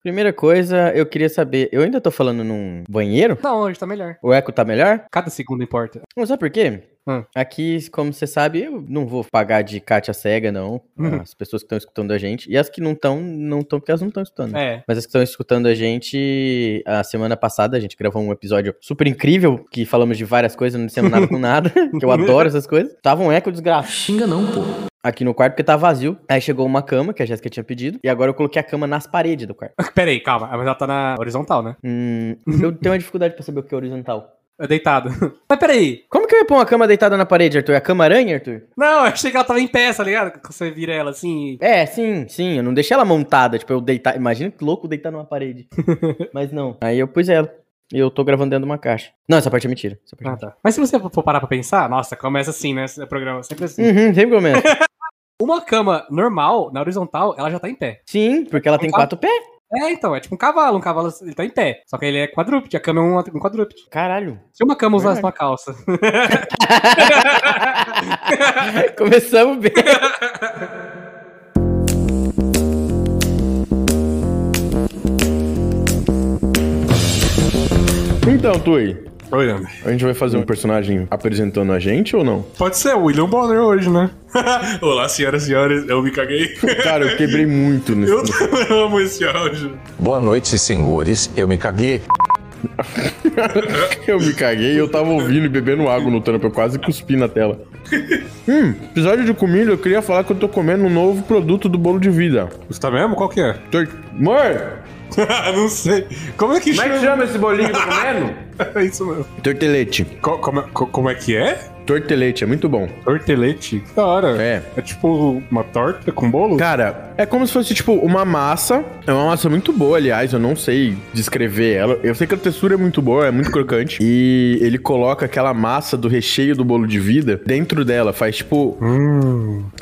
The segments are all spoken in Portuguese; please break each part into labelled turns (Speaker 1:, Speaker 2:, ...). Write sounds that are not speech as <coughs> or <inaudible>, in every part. Speaker 1: Primeira coisa, eu queria saber, eu ainda tô falando num banheiro?
Speaker 2: Da onde? Tá melhor.
Speaker 1: O eco tá melhor?
Speaker 2: Cada segundo importa.
Speaker 1: Não sabe por quê?
Speaker 2: Hum.
Speaker 1: Aqui, como você sabe, eu não vou pagar de Kátia cega, não.
Speaker 2: Uhum.
Speaker 1: As pessoas que estão escutando a gente. E as que não estão, não estão, porque elas não estão escutando.
Speaker 2: É.
Speaker 1: Mas as que estão escutando a gente, a semana passada a gente gravou um episódio super incrível, que falamos de várias coisas, não dissemos nada com nada, que eu adoro essas coisas. Tava um eco desgraçado
Speaker 3: Xinga não, pô.
Speaker 1: aqui no quarto, porque tava vazio. Aí chegou uma cama, que a Jéssica tinha pedido, e agora eu coloquei a cama nas paredes do quarto.
Speaker 2: Pera aí, calma. Mas ela tá na horizontal, né?
Speaker 1: Hum, eu tenho uma dificuldade pra saber o que é horizontal.
Speaker 2: É deitado. <laughs> Mas pera aí.
Speaker 1: Como que eu ia pôr uma cama deitada na parede, Arthur? É a cama aranha, Arthur?
Speaker 2: Não, eu achei que ela tava em pé, tá ligado? Quando Você vira ela assim.
Speaker 1: É, sim, sim. Eu não deixei ela montada, tipo, eu deitar. Imagina que louco deitar numa <laughs> parede. Mas não. Aí eu pus ela. E eu tô gravando dentro de uma caixa. Não, essa parte é mentira. Essa parte é
Speaker 2: Ah, tá. Mas se você for parar pra pensar, nossa, começa assim, né? Esse programa sempre assim.
Speaker 4: Hum.
Speaker 1: mentira. Uhum, sempre <laughs> começa.
Speaker 2: Uma cama normal, na horizontal, ela já tá em pé.
Speaker 1: Sim, porque ela tem quatro pés.
Speaker 2: É, então, é tipo um cavalo. Um cavalo, ele tá em pé. Só que ele é quadrúpede. A cama é um, um quadrúpede.
Speaker 1: Caralho.
Speaker 2: Se uma cama usasse uma calça.
Speaker 1: <laughs> Começamos bem.
Speaker 5: Então, Tui,
Speaker 4: Oi, Leandro.
Speaker 5: a gente vai fazer um personagem apresentando a gente ou não?
Speaker 4: Pode ser o William Bonner hoje, né? <laughs> Olá, senhoras e senhores, eu me caguei. <laughs>
Speaker 5: Cara, eu quebrei muito nesse. <laughs>
Speaker 4: Eu também amo esse áudio.
Speaker 6: Boa noite, senhores. Eu me caguei.
Speaker 5: Eu me caguei, eu tava ouvindo e bebendo água no trampo, eu quase cuspi na tela. Hum, episódio de comida, eu queria falar que eu tô comendo um novo produto do bolo de vida.
Speaker 4: Você tá mesmo? Qual que é?
Speaker 5: Tor- Mor!
Speaker 4: <laughs> não sei. Como é que
Speaker 5: Como é que
Speaker 4: chama?
Speaker 5: chama esse bolinho que eu tô comendo?
Speaker 4: <laughs> É isso mesmo.
Speaker 5: Tortelete.
Speaker 4: Co- como, é- co- como é que é?
Speaker 5: Tortelete, é muito bom.
Speaker 4: Tortelete? Que da hora.
Speaker 5: É.
Speaker 4: É tipo uma torta com bolo?
Speaker 5: Cara, é como se fosse, tipo, uma massa. É uma massa muito boa, aliás, eu não sei descrever ela. Eu sei que a textura é muito boa, é muito crocante. E ele coloca aquela massa do recheio do bolo de vida dentro dela. Faz, tipo.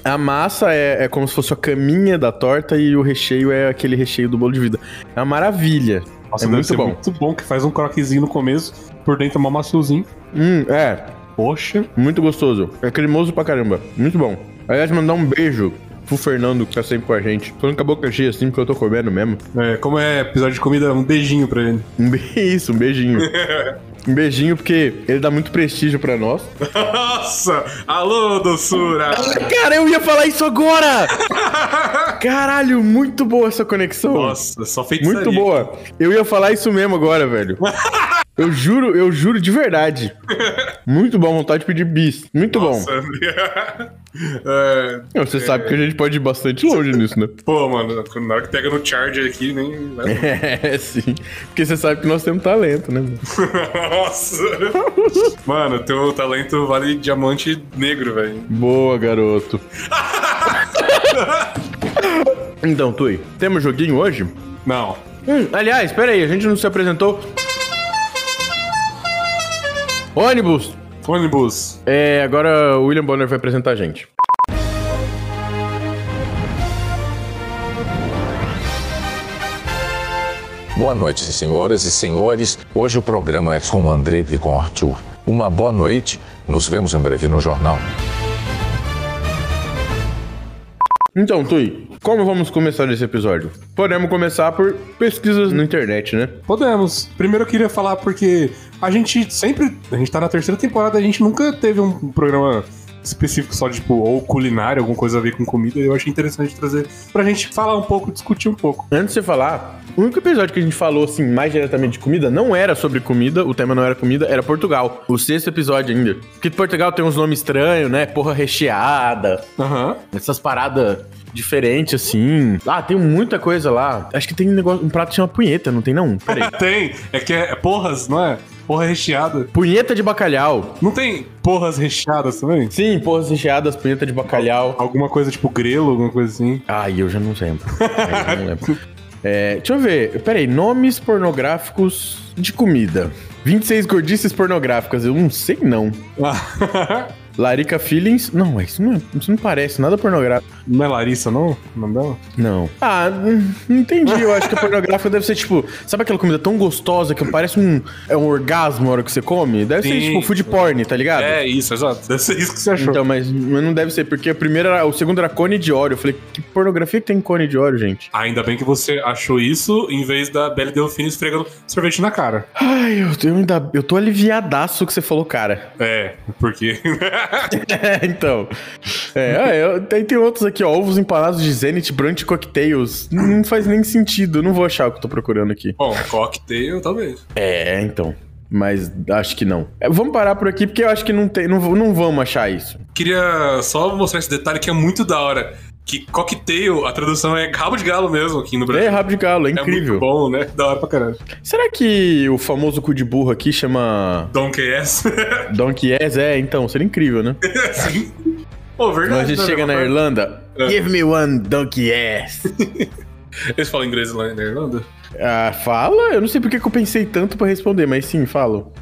Speaker 5: A massa é, é como se fosse a caminha da torta e o recheio é aquele recheio do bolo de vida. É uma maravilha.
Speaker 4: Nossa,
Speaker 5: é
Speaker 4: deve
Speaker 5: muito
Speaker 4: ser
Speaker 5: bom.
Speaker 4: muito bom que faz um croquezinho no começo, por dentro é uma maçuzinho.
Speaker 5: Hum, é.
Speaker 4: Poxa.
Speaker 5: Muito gostoso. É cremoso pra caramba. Muito bom. Aliás, mandar um beijo pro Fernando, que tá sempre com a gente. Falando com a boca cheia, assim, porque eu tô comendo mesmo.
Speaker 4: É, como é episódio de comida, um beijinho pra ele.
Speaker 5: Um be... <laughs> Isso, um
Speaker 4: <laughs>
Speaker 5: beijinho. um beijinho porque ele dá muito prestígio pra nós.
Speaker 4: Nossa! Alô, doçura!
Speaker 5: Cara, eu ia falar isso
Speaker 4: <laughs>
Speaker 5: agora! Caralho, muito boa essa conexão.
Speaker 4: Nossa, só feitiçaria.
Speaker 5: muito boa. Eu ia falar isso mesmo agora,
Speaker 4: <laughs>
Speaker 5: velho. Eu juro, eu juro de verdade. Muito bom, vontade de pedir bis. Muito bom.
Speaker 4: Sandra. <laughs> É,
Speaker 5: Não, Você sabe que a gente pode ir bastante longe nisso,
Speaker 4: <laughs>
Speaker 5: né?
Speaker 4: pô, mano, quando- na hora que pega no charger aqui, nem.
Speaker 5: É, sim. Porque você sabe que nós temos talento, né?
Speaker 4: Nossa! Mano, teu talento vale diamante negro, velho.
Speaker 5: Boa,
Speaker 4: <laughs>
Speaker 5: garoto. então, Tui, temos joguinho hoje?
Speaker 4: Não.
Speaker 5: Hum, aliás, peraí, a gente não se apresentou. Ônibus!
Speaker 4: Ônibus.
Speaker 5: É, agora o William Bonner vai apresentar a gente.
Speaker 6: Boa noite, senhoras e senhores. Hoje o programa é com André e com Arthur. Uma boa noite. Nos vemos em breve no jornal.
Speaker 5: Então, Tui, como vamos começar esse episódio? Podemos começar por pesquisas na internet, né?
Speaker 4: Podemos. Primeiro eu queria falar porque a gente sempre. A gente tá na terceira temporada, a gente nunca teve um programa específico só, tipo, ou culinário, alguma coisa a ver com comida. Eu achei interessante trazer pra gente falar um pouco, discutir um pouco.
Speaker 5: Antes de você falar, o único episódio que a gente falou, assim, mais diretamente de comida, não era sobre comida, o tema não era comida, era Portugal. O sexto episódio ainda. Porque Portugal tem uns nomes estranhos, né? Porra recheada,
Speaker 4: Aham.
Speaker 5: essas paradas diferentes, assim. Ah, tem muita coisa lá. Acho que tem um negócio, um prato que chama punheta, não tem não? Peraí.
Speaker 4: Tem. É que é, é porras, não é? Porra recheada.
Speaker 5: <laughs> punheta de bacalhau.
Speaker 4: Não tem porras recheadas também?
Speaker 5: Sim, porras recheadas, punheta de bacalhau.
Speaker 4: Alguma coisa tipo grelo, alguma coisa assim.
Speaker 5: Ai, eu já não <laughs> lembro. Ai, eu não lembro. É, deixa eu ver. Peraí, nomes pornográficos de comida. 26 gordices pornográficas, eu não <laughs> sei não.
Speaker 4: Ah,
Speaker 5: Larica Feelings. Não, mas isso não, é- isso não é, parece nada pornográfico.
Speaker 4: Não é Larissa, não? O nome dela?
Speaker 5: Não. Ah, hum, não entendi. Eu acho que a pornográfica deve ser tipo. Sabe aquela comida tão gostosa que parece um. É um orgasmo a hora que você come? Deve ser
Speaker 4: Sim.
Speaker 5: tipo food porn, tá ligado?
Speaker 4: É, isso, exato. Deve ser isso que você achou.
Speaker 5: Então, mas, mas não deve ser, porque a primeira era, o segundo era cone de óleo. Eu falei, que pornografia que tem cone de óleo, gente?
Speaker 4: Ainda bem que você achou isso em vez da Belle Delfino esfregando sorvete na cara.
Speaker 5: Ai, eu, eu ainda. Eu tô aliviadaço que você falou, cara. <laughs>
Speaker 4: É, porque. <laughs>
Speaker 5: É, então. É, ah, eu, tem, tem outros aqui, ó. Ovos empanados de Zenith, brunch cocktails. Não faz nem sentido. eu Não vou achar o que eu tô procurando aqui.
Speaker 4: Bom, cocktail, talvez.
Speaker 5: É, então. Mas acho que não. É, vamos parar por aqui, porque eu acho que não tem. Não, não vamos achar isso.
Speaker 4: Queria só mostrar esse detalhe que é muito da hora. Que cocktail, a tradução é rabo de galo mesmo aqui no
Speaker 5: É
Speaker 4: Brasil.
Speaker 5: rabo de galo, é incrível.
Speaker 4: muito bom, né? Da hora pra caralho.
Speaker 5: Será que o famoso cu de burro aqui chama
Speaker 4: Donkey ass. <laughs>
Speaker 5: Donkey Ass? É, então, seria incrível, né?
Speaker 4: Sim. assim. Pô,
Speaker 5: Quando
Speaker 4: verdade.
Speaker 5: a gente
Speaker 4: né,
Speaker 5: chega na
Speaker 4: rapaz?
Speaker 5: Irlanda,
Speaker 4: É.
Speaker 5: give me one Donkey Ass.
Speaker 4: Eles falam inglês lá na Irlanda?
Speaker 5: ah, fala? Eu não sei por que que eu pensei tanto pra responder, mas sim, falo.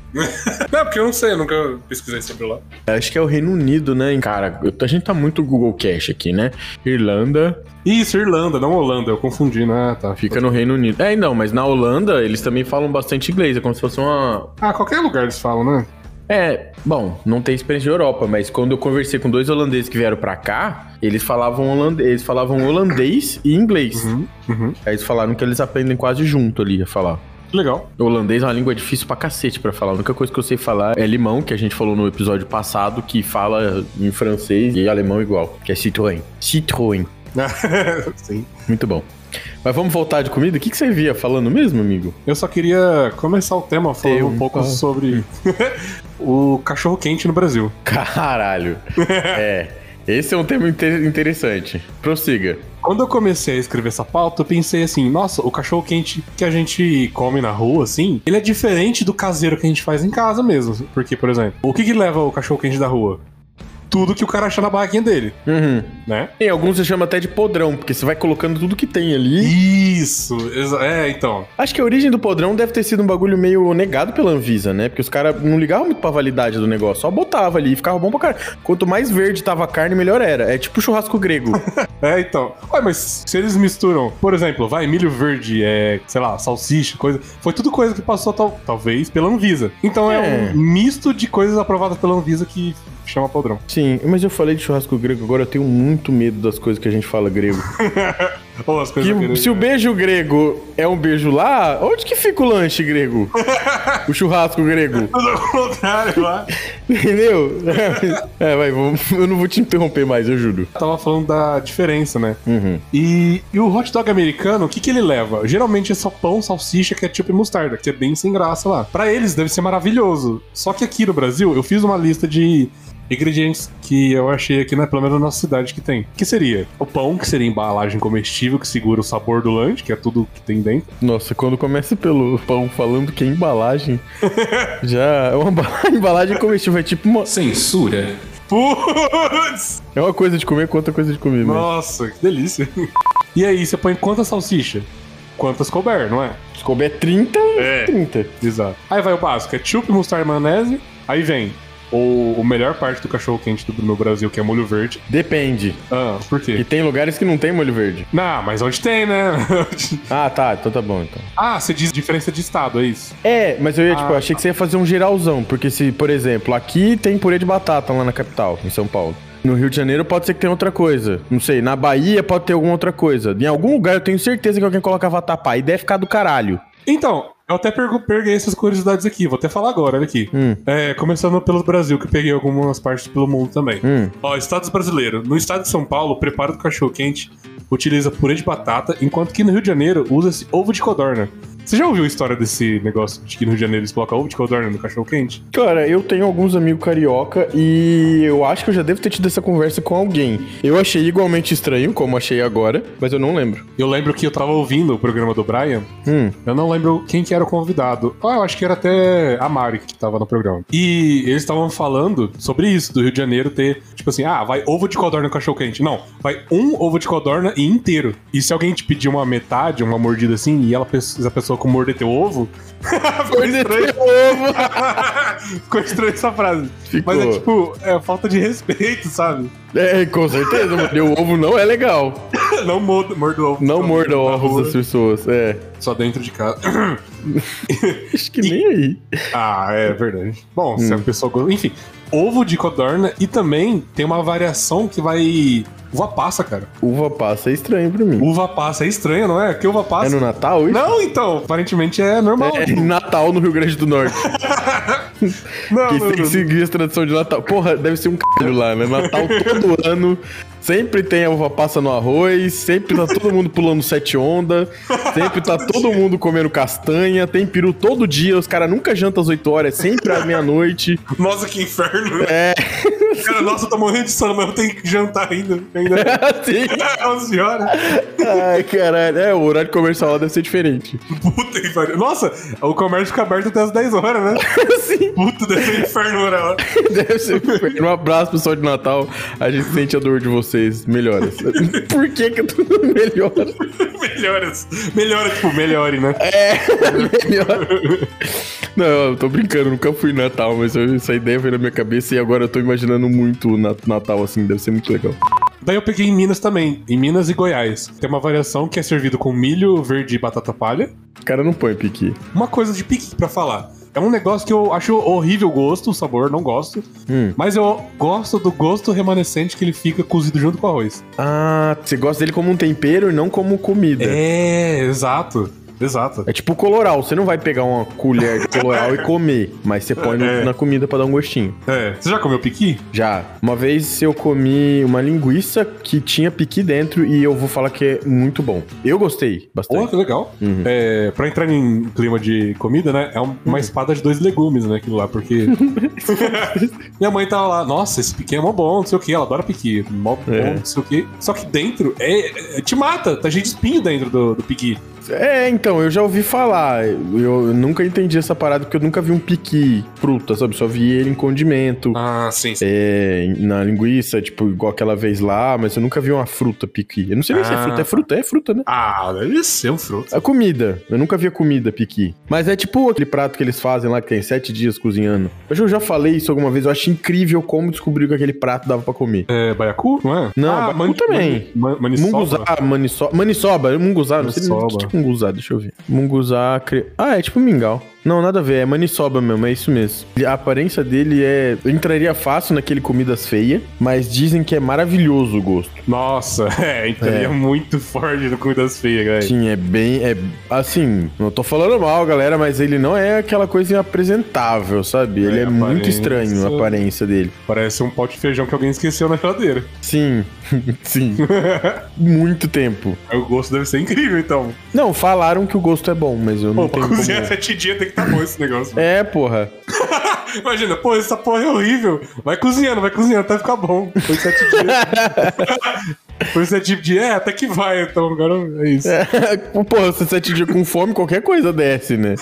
Speaker 4: Não, porque eu não sei, eu nunca pesquisei sobre lá.
Speaker 5: Acho que é o Reino Unido, né? Cara, eu- a gente tá muito Google Cash aqui, né? Irlanda
Speaker 4: Isso, Irlanda, não Holanda, eu confundi, né? Tá,
Speaker 5: fica no Reino Unido. É, não, mas na Holanda eles também falam bastante inglês, é como se fosse uma,
Speaker 4: Ah, qualquer lugar eles falam, né?
Speaker 5: É, bom, não tem experiência de Europa, mas quando eu conversei com dois holandeses que vieram pra cá, eles falavam holandês, eles falavam holandês e inglês.
Speaker 4: Uhum, uhum.
Speaker 5: Aí eles falaram que eles aprendem quase junto ali a falar.
Speaker 4: Legal.
Speaker 5: Holandês é uma língua difícil pra cacete pra falar. A única coisa que eu sei falar é limão, que a gente falou no episódio passado, que fala em francês e alemão igual, que é Citroën. Citroën.
Speaker 4: <laughs> Sim.
Speaker 5: Muito bom. Mas vamos voltar de comida? O que, que você via falando mesmo, amigo?
Speaker 4: Eu só queria começar o tema falando
Speaker 5: Eu-
Speaker 4: um pouco
Speaker 5: Ah.
Speaker 4: sobre <laughs> o cachorro quente no Brasil.
Speaker 5: Caralho. é. Esse é um tema inter- interessante. Prossiga.
Speaker 4: Quando eu comecei a escrever essa pauta, eu pensei assim, nossa, o cachorro quente que a gente come na rua, assim, ele é diferente do caseiro que a gente faz em casa mesmo. Porque, por exemplo, o que que leva o cachorro quente da rua? Tudo que o cara achar na barraquinha dele,
Speaker 5: Uhum.
Speaker 4: né?
Speaker 5: Tem alguns você chama até de podrão, porque você vai colocando tudo que tem ali.
Speaker 4: Isso! exa- É, então.
Speaker 5: Acho que a origem do podrão deve ter sido um bagulho meio negado pela Anvisa, né? Porque os caras não ligavam muito pra validade do negócio, só botava ali e ficava bom pra caralho. Quanto mais verde tava a carne, melhor era. É tipo churrasco grego.
Speaker 4: É, então. Ué, mas se eles misturam, por exemplo, vai milho verde, é, sei lá, salsicha, coisa. Foi tudo coisa que passou, tal- talvez, pela Anvisa. Então é.
Speaker 5: É.
Speaker 4: um misto de coisas aprovadas pela Anvisa que chama padrão.
Speaker 5: <laughs> Sim, mas eu falei de churrasco grego, agora eu tenho muito medo das coisas que a gente fala grego.
Speaker 4: Ou as coisas.
Speaker 5: <laughs> Que,
Speaker 4: que- <laughs>
Speaker 5: se o beijo grego é um beijo lá, onde que fica o lanche <laughs> grego? o churrasco grego.
Speaker 4: Ao contrário, lá.
Speaker 5: Entendeu? <laughs> É, vai, vou- eu não vou te interromper mais, eu juro.
Speaker 4: Eu Tava falando da diferença, né?
Speaker 5: Uhum.
Speaker 4: E, e o hot dog americano, o que que ele leva? Geralmente é só pão, salsicha, ketchup e mostarda, que é bem sem graça lá. Pra eles deve ser maravilhoso. Só que aqui no Brasil, eu fiz uma lista de ingredientes que eu achei aqui, na, pelo menos na nossa cidade, que tem. Que seria o pão, que seria a embalagem comestível, que segura o sabor do lanche, que é tudo que tem dentro.
Speaker 5: Nossa, quando começa pelo pão falando que é
Speaker 4: <laughs>
Speaker 5: embalagem, já é uma embala- <laughs> embalagem comestível, é tipo uma,
Speaker 3: Censura.
Speaker 4: Putz!
Speaker 5: é uma coisa de comer com outra coisa de comer, né?
Speaker 4: Nossa, que delícia. <laughs> E aí, você põe quantas salsicha? Quantas couber, não é?
Speaker 5: Se couber 30,
Speaker 4: É.
Speaker 5: 30.
Speaker 4: Exato. Aí vai o básico, ketchup, mostarda e maionese. Aí vem o, o melhor parte do cachorro quente do, no Brasil, que é molho verde.
Speaker 5: Depende.
Speaker 4: Ah, por
Speaker 5: E
Speaker 4: quê?
Speaker 5: tem lugares que não tem molho verde.
Speaker 4: Não, mas onde tem, né? <laughs>
Speaker 5: Ah, tá, então tá bom, então.
Speaker 4: ah, você diz diferença de estado, é isso?
Speaker 5: É, mas eu ia,
Speaker 4: Ah,
Speaker 5: tipo, eu achei que você ia fazer um geralzão, porque se, por exemplo, aqui tem purê de batata lá na capital, em São Paulo. No Rio de Janeiro pode ser que tenha outra coisa. Não sei, na Bahia pode ter alguma outra coisa. Em algum lugar eu tenho certeza que alguém coloca vatapá e deve ficar do caralho.
Speaker 4: Então, eu até pergu- peguei essas curiosidades aqui, vou até falar agora, olha aqui.
Speaker 5: Hum.
Speaker 4: É, começando pelo Brasil, que eu peguei algumas partes pelo mundo também.
Speaker 5: Hum.
Speaker 4: Ó, estados brasileiros. No estado de São Paulo, o preparo do cachorro-quente utiliza purê de batata, enquanto que no Rio de Janeiro usa-se ovo de codorna. Você já ouviu a história desse negócio de que no Rio de Janeiro eles colocam ovo de codorna no cachorro-quente?
Speaker 5: Cara, eu tenho alguns amigos carioca e eu acho que eu já devo ter tido essa conversa com alguém. Eu achei igualmente estranho, como achei agora, mas eu não lembro.
Speaker 4: Eu lembro que eu tava ouvindo o programa do Brian,
Speaker 5: Hum.
Speaker 4: eu não lembro quem que era o convidado. Ah, eu acho que era até a Mari que tava no programa. E eles estavam falando sobre isso, do Rio de Janeiro ter, tipo assim, ah, vai ovo de codorna no cachorro quente. Não, vai um ovo de codorna e inteiro. E se alguém te pedir uma metade, uma mordida assim, e ela, pe- se a pessoa pessoa com morder teu ovo. <laughs> Ficou estranho. <laughs> Ficou estranho essa frase.
Speaker 5: Ficou.
Speaker 4: Mas é tipo, é falta de respeito, sabe?
Speaker 5: É, com certeza, morder o ovo não é legal.
Speaker 4: Não morda, morda o ovo.
Speaker 5: Não
Speaker 4: Só
Speaker 5: morda
Speaker 4: na
Speaker 5: ovos
Speaker 4: rua,
Speaker 5: das pessoas, é.
Speaker 4: Só dentro de casa.
Speaker 5: Acho que nem aí.
Speaker 4: Ah, é verdade. Bom, se a
Speaker 5: Hum.
Speaker 4: pessoa gosta. Enfim, ovo de codorna e também tem uma variação que vai. Uva passa, cara.
Speaker 5: Uva passa é estranho pra mim.
Speaker 4: Uva passa é estranho, não é? Que uva
Speaker 5: É
Speaker 4: passa.
Speaker 5: no Natal isso?
Speaker 4: Não, então, aparentemente é normal.
Speaker 5: É Natal no Rio Grande do
Speaker 4: <laughs>
Speaker 5: Norte.
Speaker 4: Não,
Speaker 5: <laughs> Que
Speaker 4: não,
Speaker 5: tem que
Speaker 4: não.
Speaker 5: seguir as tradições de Natal. Porra, deve ser um caralho lá, né? Natal
Speaker 4: <laughs>
Speaker 5: todo ano. Sempre tem a uva passa no arroz, sempre tá todo mundo pulando sete onda, sempre tá todo mundo comendo castanha, tem peru todo dia, os caras nunca jantam às 8 horas, é sempre à meia-noite. <laughs>
Speaker 4: Nossa, que inferno. né?
Speaker 5: É,
Speaker 4: <laughs> Cara, nossa, eu tô morrendo de sono, mas eu tenho que jantar ainda. ainda. <laughs>
Speaker 5: assim.
Speaker 4: É 11 horas.
Speaker 5: Ai, caralho. É, o horário comercial lá deve ser diferente.
Speaker 4: Puta que pariu. Nossa, o comércio fica aberto até as 10 horas, né?
Speaker 5: Sim.
Speaker 4: Puta, deve ser um inferno moral.
Speaker 5: Deve ser um abraço, pessoal de Natal. A gente sente a dor de vocês. <laughs> Melhoras. Por que que eu tô melhor?
Speaker 4: <laughs> Melhoras. Melhora, tipo, melhore, né?
Speaker 5: Melhor. Não, eu tô brincando, nunca fui em Natal, mas eu- essa ideia veio na minha cabeça e agora eu tô imaginando muito o Nat- Natal assim, deve ser muito legal.
Speaker 4: Daí eu peguei em Minas também, em Minas e Goiás. Tem uma variação que é servido com milho verde e batata palha.
Speaker 5: O cara não põe piqui.
Speaker 4: Uma coisa de pique pra falar. É um negócio que eu acho horrível o gosto, o sabor, não gosto.
Speaker 5: Hum.
Speaker 4: Mas eu gosto do gosto remanescente que ele fica cozido junto com o arroz.
Speaker 5: Ah, você gosta dele como um tempero e não como comida. É,
Speaker 4: É, exato. Exato.
Speaker 5: tipo coloral, você não vai pegar uma colher de coloral e comer, mas você põe no-
Speaker 4: É.
Speaker 5: na comida pra dar um gostinho.
Speaker 4: É. Você já comeu piqui?
Speaker 5: Já. Uma vez eu comi uma linguiça que tinha piqui dentro e eu vou falar que é muito bom. Eu gostei
Speaker 4: Pô,
Speaker 5: bastante.
Speaker 4: que legal.
Speaker 5: Uhum.
Speaker 4: É, pra entrar em clima de comida, né? É um- uma espada de dois legumes, né? Aquilo
Speaker 5: <laughs>
Speaker 4: lá, porque. Minha mãe tava lá, nossa, esse piqui é mó bom, não sei o que, ela adora piqui, mó bom,
Speaker 5: É.
Speaker 4: não sei o que. Só que dentro, é, é- te mata, tá cheio de espinho dentro do, do piqui.
Speaker 5: É, então, eu já ouvi falar. Eu nunca entendi essa parada, porque eu nunca vi um piqui fruta, sabe? Só vi ele em condimento,
Speaker 4: Ah, sim.
Speaker 5: é, na linguiça, tipo, igual aquela vez lá, mas eu nunca vi uma fruta piqui. Eu não sei nem se é
Speaker 4: Ah.
Speaker 5: fruta, é fruta, é fruta, né?
Speaker 4: Ah, deve ser um fruto.
Speaker 5: A comida. Eu nunca vi a comida piqui. Mas é tipo aquele prato que eles fazem lá que tem sete dias cozinhando. Acho que eu já falei isso alguma vez. Eu acho incrível como descobriu que aquele prato dava pra comer.
Speaker 4: É baiacu, não é?
Speaker 5: Não,
Speaker 4: ah,
Speaker 5: baiacu também.
Speaker 4: Man,
Speaker 5: Munguzá, maniçoba. Maniçoba, munguzá, não sei nem o que que
Speaker 4: Maniçoba.
Speaker 5: é munguzá, deixa eu ver. Munguzá. Cre... Ah, é tipo mingau. Não, nada a ver, é maniçoba mesmo, é isso mesmo. A aparência dele é. Entraria fácil naquele comidas feias, mas dizem que é maravilhoso o gosto.
Speaker 4: Nossa, <laughs> é, então
Speaker 5: É.
Speaker 4: ele é muito forte no Comidas Feias, galera.
Speaker 5: Sim, é bem. É, assim, não tô falando mal, galera, mas ele não é aquela coisa apresentável, sabe? Ele é,
Speaker 4: É,
Speaker 5: muito
Speaker 4: aparência.
Speaker 5: estranho a aparência dele.
Speaker 4: Parece um pote de feijão que alguém esqueceu na geladeira.
Speaker 5: Sim, <laughs>
Speaker 4: <laughs>
Speaker 5: sim. muito tempo.
Speaker 4: O gosto deve ser incrível, então.
Speaker 5: Não, falaram que o gosto é bom, mas eu não
Speaker 4: Pô, pra
Speaker 5: tenho como.
Speaker 4: cozinhar sete dias tem que tá bom esse negócio.
Speaker 5: É, porra.
Speaker 4: Imagina, pô, essa porra é horrível. Vai cozinhando, vai cozinhando até ficar bom. Foi sete dias. <laughs> Foi sete dias. É, até que vai, então, agora é isso. É,
Speaker 5: <laughs> Porra, se você tiver com fome, qualquer coisa desce, né?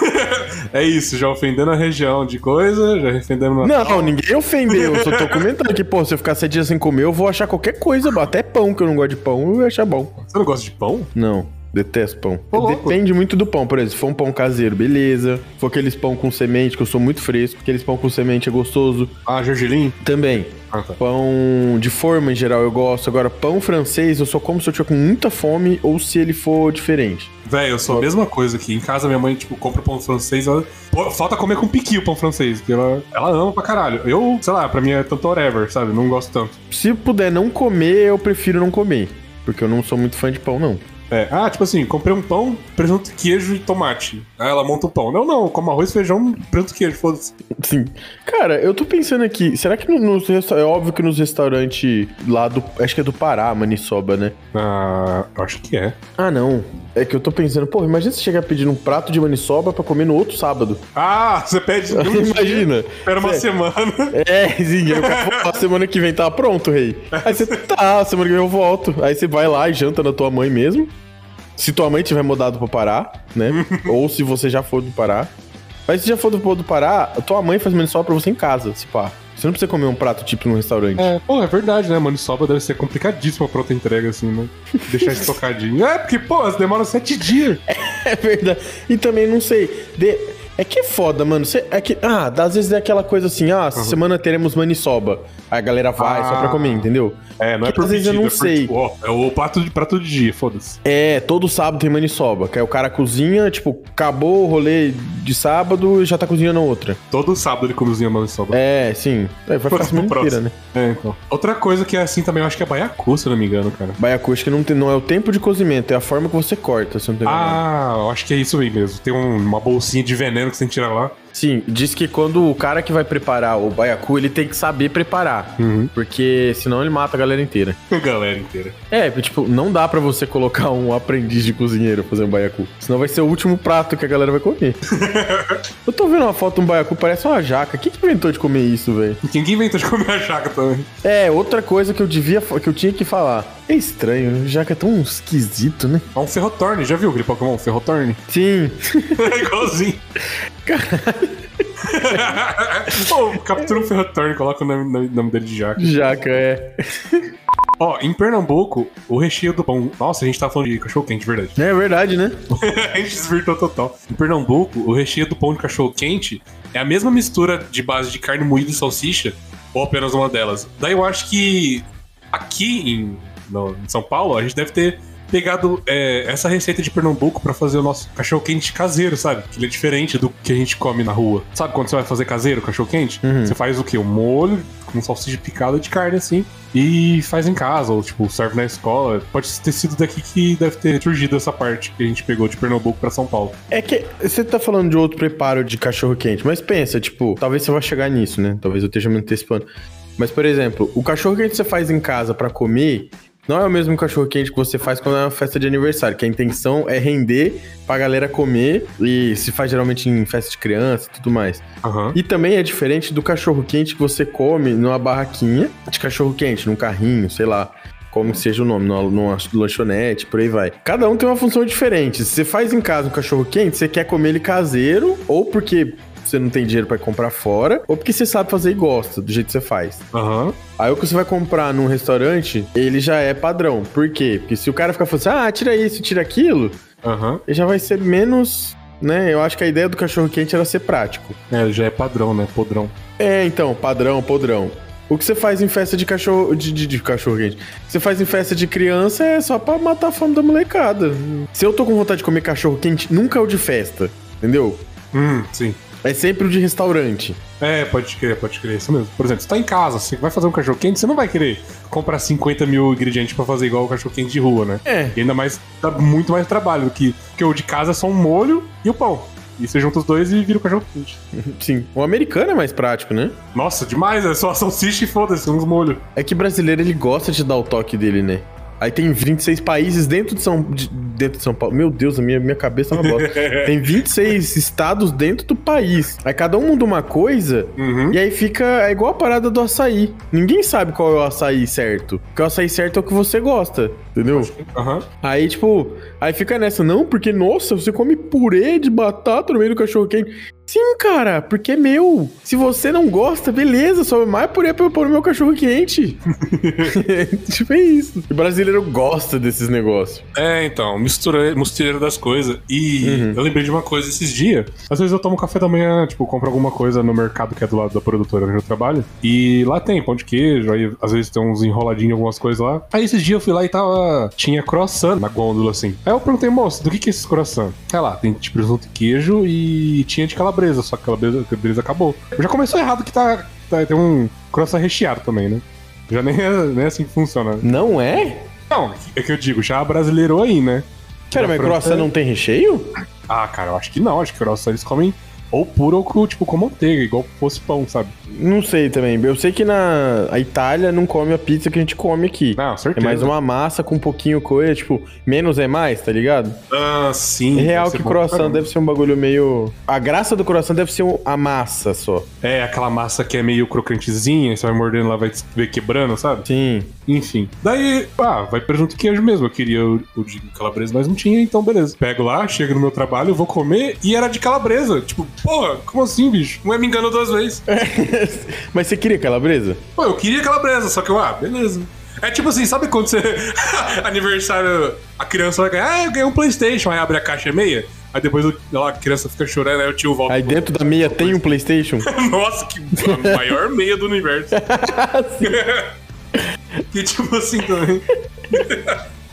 Speaker 4: É isso, já ofendendo a região de coisa, já ofendendo... Na...
Speaker 5: Não, ninguém ofendeu. Eu só tô comentando que, pô, se eu ficar sete dias sem comer, eu vou achar qualquer coisa, até pão, que eu não gosto de pão, eu vou achar bom.
Speaker 4: Você não gosta de pão?
Speaker 5: Não. Detesto pão.
Speaker 4: Ô, louco.
Speaker 5: Depende muito do pão. Por exemplo, se for um pão caseiro, beleza. Se for aqueles pão com semente, que eu sou muito fresco, aqueles pão com semente é gostoso
Speaker 4: Ah, gergelim?
Speaker 5: também.
Speaker 4: Ah, tá.
Speaker 5: Pão de forma em geral eu gosto. Agora, pão francês eu só como se eu tiver com muita fome ou se ele for diferente.
Speaker 4: Véi, eu sou a mesma coisa aqui. Em casa, minha mãe, tipo, compra pão francês. Ela... Pô, falta comer com piqui o pão francês, porque ela, ela ama pra caralho. Eu, sei lá, pra mim é tanto whatever, sabe? Não gosto tanto.
Speaker 5: Se puder não comer, eu prefiro não comer. Porque eu não sou muito fã de pão, não.
Speaker 4: É, ah, tipo assim, comprei um pão, presunto, queijo e tomate. Aí ela monta o pão. Não, não, eu como arroz, feijão, presunto, queijo, foda-se.
Speaker 5: Sim. Cara, eu tô pensando aqui, será que no- nos resta- É óbvio que nos restaurantes lá do. Acho que é do Pará, Maniçoba, né?
Speaker 4: Ah, eu acho que é.
Speaker 5: Ah, não. É que eu tô pensando, pô, imagina você chegar pedindo um prato de maniçoba pra comer no outro sábado.
Speaker 4: Ah, <laughs> você pede.
Speaker 5: <laughs>
Speaker 4: um dia,
Speaker 5: imagina.
Speaker 4: Espera uma
Speaker 5: Cê-
Speaker 4: semana.
Speaker 5: É, sim, eu, pô, <laughs> a semana que vem tá pronto, rei. Aí você tá, semana que vem eu volto. Aí você vai lá e janta na tua mãe <laughs> mesmo. Se tua mãe tiver mudado pra Pará, né? Ou se você já for do Pará. Mas se já for do povo do Pará, a tua mãe faz maniçoba pra você em casa, se pá. Você não precisa comer um prato típico num restaurante.
Speaker 4: <laughs> É, pô, é verdade, né, mano? Soba deve ser complicadíssima pra outra entrega, assim, né? Deixar estocadinho. É, porque, pô, elas demoram sete dias.
Speaker 5: <laughs> É verdade. E também não sei. de- É que é foda, mano. Cê- É que, ah, às vezes é aquela coisa assim, ah, essa semana teremos maniçoba. Aí a galera vai
Speaker 4: Ah.
Speaker 5: só pra comer, entendeu?
Speaker 4: É, não é
Speaker 5: Que às vezes eu
Speaker 4: pedido,
Speaker 5: não
Speaker 4: é
Speaker 5: sei.
Speaker 4: tipo, ó, é o prato de, prato de dia, foda-se.
Speaker 5: É, todo sábado tem maniçoba. Que aí o cara cozinha, tipo, acabou o rolê de sábado e já tá cozinhando a outra.
Speaker 4: Todo sábado ele cozinha maniçoba.
Speaker 5: É, sim. Aí vai
Speaker 4: <laughs>
Speaker 5: ficar a
Speaker 4: Próximo,
Speaker 5: semana inteira,
Speaker 4: próximo.
Speaker 5: né?
Speaker 4: É, então. Outra coisa que é assim também, eu acho que é baiacu, se eu não me engano, cara.
Speaker 5: Baiacu, acho que não, tem- não é o tempo de cozimento, é a forma que você corta, se eu não tem
Speaker 4: Ah, eu acho que é isso aí mesmo. Tem um- uma bolsinha de veneno que você tem que tirar lá.
Speaker 5: Sim, diz que quando o cara que vai preparar o baiacu, ele tem que saber preparar.
Speaker 4: Uhum.
Speaker 5: Porque senão ele mata a galera inteira.
Speaker 4: Galera inteira.
Speaker 5: É, porque, tipo, não dá pra você colocar um aprendiz de cozinheiro fazendo baiacu. Senão vai ser o último prato que a galera vai comer. Eu tô vendo uma foto de um baiacu, parece uma jaca. Quem que inventou de comer isso, velho?
Speaker 4: E quem que inventou de comer a jaca também?
Speaker 5: É, outra coisa que eu devia fa- que eu tinha que falar. É estranho, jaca é tão esquisito, né?
Speaker 4: É um ferrotorne, já viu aquele Pokémon ferrotorne? <laughs>
Speaker 5: Sim.
Speaker 4: É igualzinho. <laughs> Pô, captura um ferrotorne e coloca o nome, nome- nome dele de jaca.
Speaker 5: Jaca é.
Speaker 4: Ó, em Pernambuco, o recheio do pão. Nossa, a gente tá falando de cachorro quente, verdade.
Speaker 5: É verdade, né?
Speaker 4: <laughs> a gente desvirtou total. Em Pernambuco, o recheio do pão de cachorro quente é a mesma mistura de base de carne moída e salsicha, ou apenas uma delas. Daí eu acho que aqui em, no- em São Paulo, a gente deve ter pegado é, essa receita de Pernambuco pra fazer o nosso cachorro quente caseiro, sabe? Que ele é diferente do que a gente come na rua. Sabe quando você vai fazer caseiro, cachorro quente? Você faz o quê? Um molho com salsicha picada de carne assim e faz em casa, ou tipo, serve na escola. Pode ter sido daqui que deve ter surgido essa parte que a gente pegou de Pernambuco pra São Paulo.
Speaker 5: É que você tá falando de outro preparo de cachorro quente, mas pensa, tipo, talvez você vá chegar nisso, né? Talvez eu esteja me antecipando. Mas, por exemplo, o cachorro quente que você faz em casa pra comer não é o mesmo cachorro quente que você faz quando é uma festa de aniversário, que a intenção é render pra galera comer e se faz geralmente em festa de criança e tudo mais.
Speaker 4: Aham.
Speaker 5: E também é diferente do cachorro quente que você come numa barraquinha de cachorro quente, num carrinho, sei lá. Como que seja o nome, numa, numa lanchonete, por aí vai. Cada um tem uma função diferente. Se você faz em casa um cachorro quente, você quer comer ele caseiro, ou porque você não tem dinheiro pra comprar fora, ou porque você sabe fazer e gosta do jeito que você faz.
Speaker 4: Aham.
Speaker 5: Aí o que você vai comprar num restaurante, ele já é padrão. Por quê? Porque se o cara ficar falando assim, ah, tira isso, tira aquilo,
Speaker 4: Aham.
Speaker 5: ele já vai ser menos. Né? Eu acho que a ideia do cachorro quente era ser prático.
Speaker 4: É, já é padrão, né? Podrão.
Speaker 5: É, então, padrão, podrão. O que você faz em festa de cachorro. De, de, de cachorro quente. O que você faz em festa de criança é só pra matar a fome da molecada. Se eu tô com vontade de comer cachorro quente, nunca é o de festa. Entendeu?
Speaker 4: Hum, sim.
Speaker 5: É sempre o de restaurante.
Speaker 4: É, pode crer, pode crer, isso mesmo. Por exemplo, você tá em casa, você vai fazer um cachorro quente, você não vai querer comprar 50 mil ingredientes pra fazer igual o cachorro quente de rua, né?
Speaker 5: É.
Speaker 4: E ainda mais, dá muito mais trabalho do que. Porque o de casa é só um molho e o pão. E você junta os dois e vira o cachorro quente.
Speaker 5: Sim. O americano é mais prático, né?
Speaker 4: Nossa, demais, é só a salsicha e foda-se, uns molhos.
Speaker 5: É que brasileiro ele gosta de dar o toque dele, né? Aí tem 26 países dentro de São, de- dentro de São Paulo. Meu Deus, a minha, minha cabeça tá uma bosta. tem 26 estados dentro do país. Aí cada um muda uma coisa
Speaker 4: Uhum.
Speaker 5: E aí fica. É igual a parada do açaí. Ninguém sabe qual é o açaí certo. Porque o açaí certo é o que você gosta, entendeu?
Speaker 4: Aham.
Speaker 5: Aí, tipo, aí fica nessa, não, porque, nossa, você come purê de batata no meio do cachorro quente. Sim, cara, porque é meu. Se você não gosta, beleza, sobe mais purê pra eu pôr no meu cachorro <laughs> quente. tipo, é isso. O brasileiro gosta desses negócios.
Speaker 4: É, então, mistura, mistureiro das coisas. E
Speaker 5: Uhum.
Speaker 4: eu lembrei de uma coisa esses dias. Às vezes eu tomo café da manhã, tipo, compro alguma coisa no mercado que é do lado da produtora onde eu trabalho. E lá tem pão de queijo, aí às vezes tem uns enroladinhos, algumas coisas lá. Aí esses dias eu fui lá e tava. Tinha croissant na gôndola, assim. Aí eu perguntei, moço, do que que é esse croissant? Sei lá, tem de presunto e queijo e tinha de calabresa, só que calabresa, calabresa acabou. Já começou errado que tá, tá- Tem um croissant recheado também, né? Já nem é, nem é assim que funciona.
Speaker 5: Não é?
Speaker 4: Não, é que eu digo, já brasileirou aí, né?
Speaker 5: Cara, mas
Speaker 4: França-
Speaker 5: croissant não tem recheio?
Speaker 4: Ah, cara, eu acho que não. Acho que croissant eles comem ou puro ou com, tipo, com manteiga, igual fosse pão, sabe?
Speaker 5: Não sei também. Eu sei que na a Itália não come a pizza que a gente come aqui.
Speaker 4: Não,
Speaker 5: É
Speaker 4: certeza.
Speaker 5: mais uma massa com um pouquinho coisa, tipo, menos é mais, tá ligado?
Speaker 4: Ah, sim.
Speaker 5: É real
Speaker 4: deve ser
Speaker 5: que
Speaker 4: bom
Speaker 5: croissant
Speaker 4: pra caramba.
Speaker 5: deve ser um bagulho meio. A graça do croissant deve ser um- a massa só.
Speaker 4: É, aquela massa que é meio crocantezinha, você vai mordendo lá, vai ver quebrando, sabe? <laughs>
Speaker 5: Sim.
Speaker 4: Enfim. Daí, ah, vai presunto e queijo mesmo. Eu queria o, o de calabresa, mas não tinha, então beleza. Pego lá, chego no meu trabalho, vou comer e era de calabresa. Tipo, Porra, como assim, bicho? Mulher me enganou duas vezes.
Speaker 5: Mas você queria calabresa?
Speaker 4: Pô, eu queria calabresa, só que eu, ah, beleza. É tipo assim, sabe quando você. <laughs> aniversário, a criança vai ganhar, ah, eu ganhei um Playstation, aí abre a caixa e meia, aí depois o- lá, a criança fica chorando, aí o tio volta.
Speaker 5: Aí dentro da meia tem um
Speaker 4: <laughs>
Speaker 5: Playstation?
Speaker 4: Nossa, que a maior meia do universo. <laughs> que tipo assim também.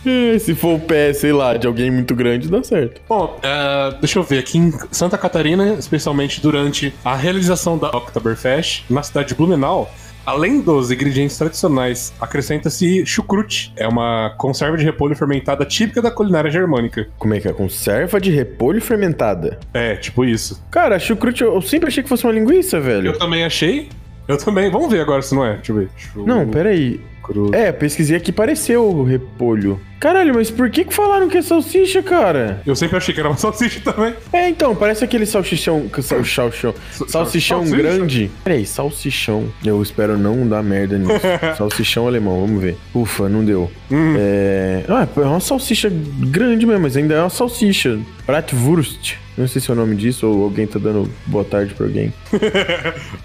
Speaker 5: É, Se for o pé, sei lá, de alguém muito grande, dá certo.
Speaker 4: Bom, eh, deixa eu ver. Aqui em Santa Catarina, especialmente durante a realização da Oktoberfest, na cidade de Blumenau, além dos ingredientes tradicionais, acrescenta-se chucrute. É uma conserva de repolho fermentada típica da culinária germânica.
Speaker 5: Como é que é? Conserva de repolho fermentada.
Speaker 4: É, tipo isso.
Speaker 5: Cara, chucrute, eu eu sempre achei que fosse uma linguiça, velho.
Speaker 4: Eu também achei. Eu também. Vamos ver agora se não é. Deixa eu ver.
Speaker 5: Não, peraí.
Speaker 4: Chucrute.
Speaker 5: É, pesquisei aqui, pareceu o repolho. Caralho, mas por que que falaram que é salsicha, cara?
Speaker 4: Eu sempre achei que era uma <laughs> salsicha também.
Speaker 5: É, então, parece aquele salsichão... que sal- Salsichão, salsichão
Speaker 4: salsicha?
Speaker 5: grande. Peraí, salsichão. Eu espero não dar merda nisso.
Speaker 4: <laughs>
Speaker 5: salsichão alemão, vamos ver. Ufa, não deu.
Speaker 4: Hum.
Speaker 5: É... Ah, é uma salsicha grande mesmo, mas ainda é uma salsicha. Bratwurst. Não sei se é o nome disso ou alguém tá dando boa tarde pra alguém.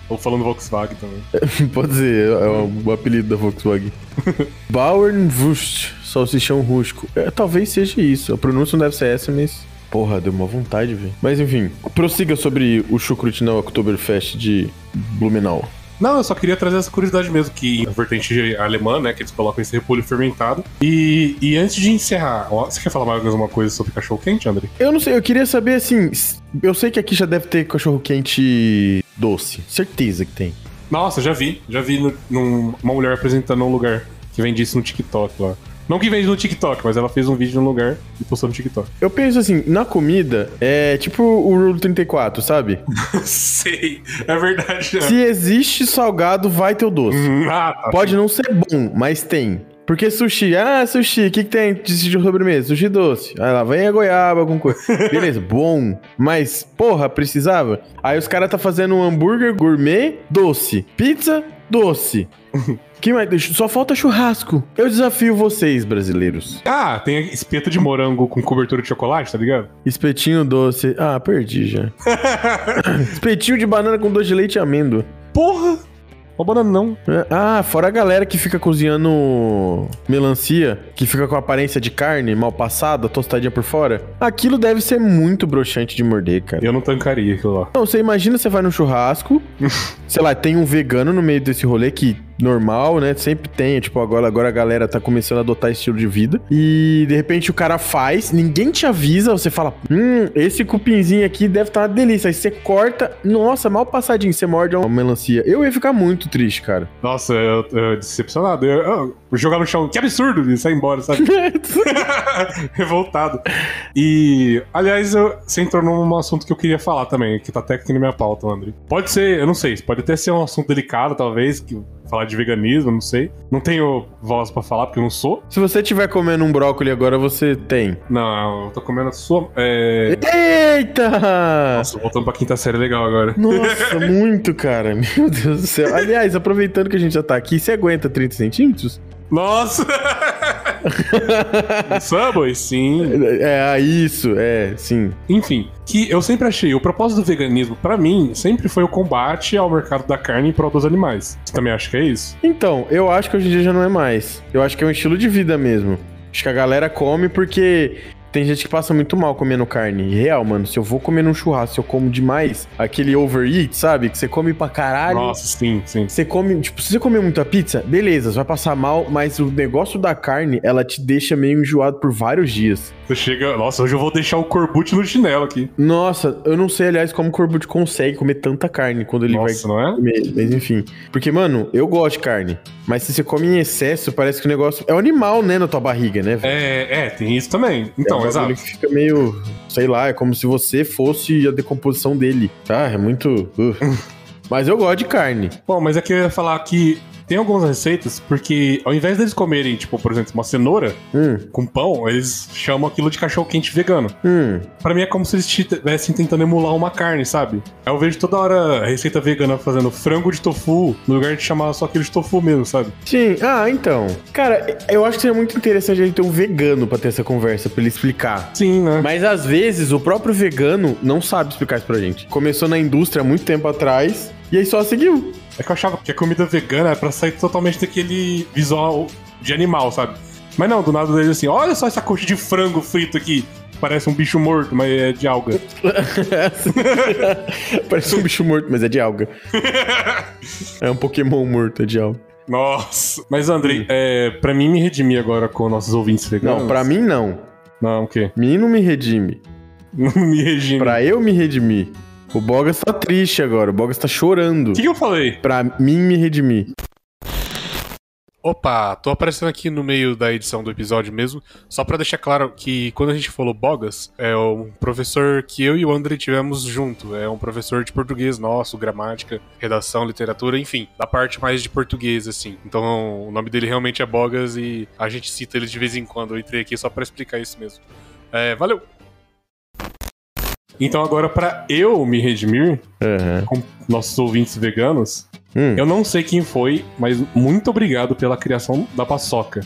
Speaker 4: Ou falando Volkswagen também.
Speaker 5: Pode ser, é o, o apelido da Volkswagen. <laughs> Bauernwurst, salsichão rusco. É, talvez seja isso. A pronúncia não deve ser essa, mas. Porra, deu uma vontade, velho. Mas enfim, prossiga sobre o chucrute na Oktoberfest de Blumenau.
Speaker 4: Não, eu só queria trazer essa curiosidade mesmo, que a vertente alemã, né, que eles colocam esse repolho fermentado. E, e antes de encerrar, ó, você quer falar mais alguma coisa sobre cachorro quente, André?
Speaker 5: Eu não sei, eu queria saber assim. s- Eu sei que aqui já deve ter cachorro quente doce. Certeza que tem.
Speaker 4: Nossa, já vi. Já vi no- num- uma mulher apresentando um lugar que vende isso no TikTok lá. Não que vende no TikTok, mas ela fez um vídeo num lugar e postou no TikTok.
Speaker 5: Eu penso assim, na comida, é tipo o Rule 34, sabe?
Speaker 4: <laughs> Sei, é verdade.
Speaker 5: Se existe salgado, vai ter o doce.
Speaker 4: <laughs> Ah, tá.
Speaker 5: Pode não ser bom, mas tem. Porque sushi, ah, sushi, o que, que tem de de sobremesa? Sushi doce. Aí lá, vem a goiaba, alguma coisa. Beleza, bom. Mas, porra, precisava? Aí os caras tá fazendo um hambúrguer gourmet doce. Pizza doce. que mais? Só falta churrasco. Eu desafio vocês, brasileiros.
Speaker 4: Ah, tem espeto de morango com cobertura de chocolate, tá ligado?
Speaker 5: Espetinho doce. Ah, perdi já. Espetinho de banana com doce de leite e amêndoa.
Speaker 4: Porra! Uma banana não.
Speaker 5: Ah, fora a galera que fica cozinhando melancia, que fica com aparência de carne mal passada, tostadinha por fora. Aquilo deve ser muito broxante de morder, cara.
Speaker 4: Eu não tancaria aquilo lá.
Speaker 5: Não, você imagina você vai num churrasco, sei lá, tem um vegano no meio desse rolê que normal, né? Sempre tem, tipo, agora, agora a galera tá começando a adotar esse estilo de vida. E de repente o cara faz, ninguém te avisa, você fala, hum, esse cupinzinho aqui deve estar tá uma delícia. Aí você corta, nossa, mal passadinho, você morde uma melancia. Eu ia ficar muito triste, cara.
Speaker 4: Nossa, eu, eu decepcionado. Eu, eu- eu jogar no chão, que absurdo! E sair embora, sabe? <laughs> Revoltado. E, aliás, eu, você entrou num assunto que eu queria falar também, que tá até aqui na minha pauta, André. Pode ser, eu não sei, pode até ser um assunto delicado, talvez, que falar de veganismo, não sei. Não tenho voz pra falar, porque eu não sou.
Speaker 5: Se você estiver comendo um brócolis agora, você tem.
Speaker 4: Não, eu tô comendo a sua. É...
Speaker 5: Eita!
Speaker 4: Nossa, voltando pra quinta série legal agora.
Speaker 5: Nossa, muito, cara. Meu Deus do céu. Aliás, aproveitando que a gente já tá aqui, você aguenta 30 centímetros?
Speaker 4: Nossa! <laughs> Subway, sim.
Speaker 5: É, é, isso, é, sim.
Speaker 4: Enfim, que eu sempre achei, o propósito do veganismo, pra mim, sempre foi o combate ao mercado da carne em prol dos animais. Você também acha que é isso?
Speaker 5: Então, eu acho que hoje em dia já não é mais. Eu acho que é um estilo de vida mesmo. Acho que a galera come porque tem gente que passa muito mal comendo carne. E Real, mano, se eu vou comer num churrasco, se eu como demais, aquele overeat, sabe? Que você come pra caralho.
Speaker 4: Nossa, sim, sim.
Speaker 5: Você come, tipo, se você comer muita pizza, beleza, você vai passar mal, mas o negócio da carne, ela te deixa meio enjoado por vários dias.
Speaker 4: Você chega, nossa, hoje eu vou deixar o corbute no chinelo aqui.
Speaker 5: Nossa, eu não sei, aliás, como o Corbucci consegue comer tanta carne quando ele vai
Speaker 4: nossa, não é?
Speaker 5: comer, mas enfim. Porque, mano, eu gosto de carne, mas se você come em excesso, parece que o negócio é um animal, né, na tua barriga, né? velho?
Speaker 4: É, é, tem isso também.
Speaker 5: um
Speaker 4: Então,
Speaker 5: bagulho
Speaker 4: exato.
Speaker 5: que fica meio, sei lá, é como se você fosse a
Speaker 4: <laughs>
Speaker 5: decomposição dele. Ah, é muito... uh. mas eu gosto de carne.
Speaker 4: Bom, mas é que eu ia falar que Tem algumas receitas porque, ao invés deles comerem, tipo, por exemplo, uma cenoura
Speaker 5: Hum,
Speaker 4: com pão, eles chamam aquilo de cachorro-quente vegano.
Speaker 5: hum.
Speaker 4: Pra mim é como se eles estivessem tentando emular uma carne, sabe? Eu vejo toda hora a receita vegana fazendo frango de tofu, no lugar de chamar só aquele de tofu mesmo, sabe?
Speaker 5: Sim, ah, então. Cara, eu acho que seria muito interessante a gente ter um vegano pra ter essa conversa, pra ele explicar.
Speaker 4: Sim, né?
Speaker 5: Mas às vezes o próprio vegano não sabe explicar isso pra gente. Começou na indústria há muito tempo atrás e aí só seguiu. <laughs>
Speaker 4: É que eu achava que a comida vegana era pra sair totalmente daquele visual de animal, sabe? Mas não, do nada deles assim, olha só essa coxa de frango frito aqui. Parece um bicho morto, mas é de alga.
Speaker 5: Parece um bicho morto, mas é de
Speaker 4: <laughs>
Speaker 5: alga. é um Pokémon morto, é de alga.
Speaker 4: Nossa! Mas, Andrei, é, pra mim me redimir agora com nossos ouvintes veganos.
Speaker 5: Hum. Não, pra mim não.
Speaker 4: Não, o quê? <laughs>
Speaker 5: Mim não me redime.
Speaker 4: Não me redimir.
Speaker 5: Pra eu me redimir. O Bogas tá triste agora, o Bogas tá chorando.
Speaker 4: O que, que eu falei?
Speaker 5: Pra mim me redimir.
Speaker 3: Opa, tô aparecendo aqui no meio da edição do episódio mesmo, só pra deixar claro que quando a gente falou Bogas, é um professor que eu e o André tivemos junto, é um professor de português nosso, gramática, redação, literatura, enfim, da parte mais de português assim. Então, o nome dele realmente é Bogas e a gente cita ele de vez em quando. Eu entrei aqui só pra explicar isso mesmo. É, valeu.
Speaker 4: Então agora pra eu me redimir
Speaker 5: Aham.
Speaker 4: com nossos ouvintes veganos,
Speaker 5: Hum.
Speaker 4: eu não sei quem foi, mas muito obrigado pela criação da paçoca.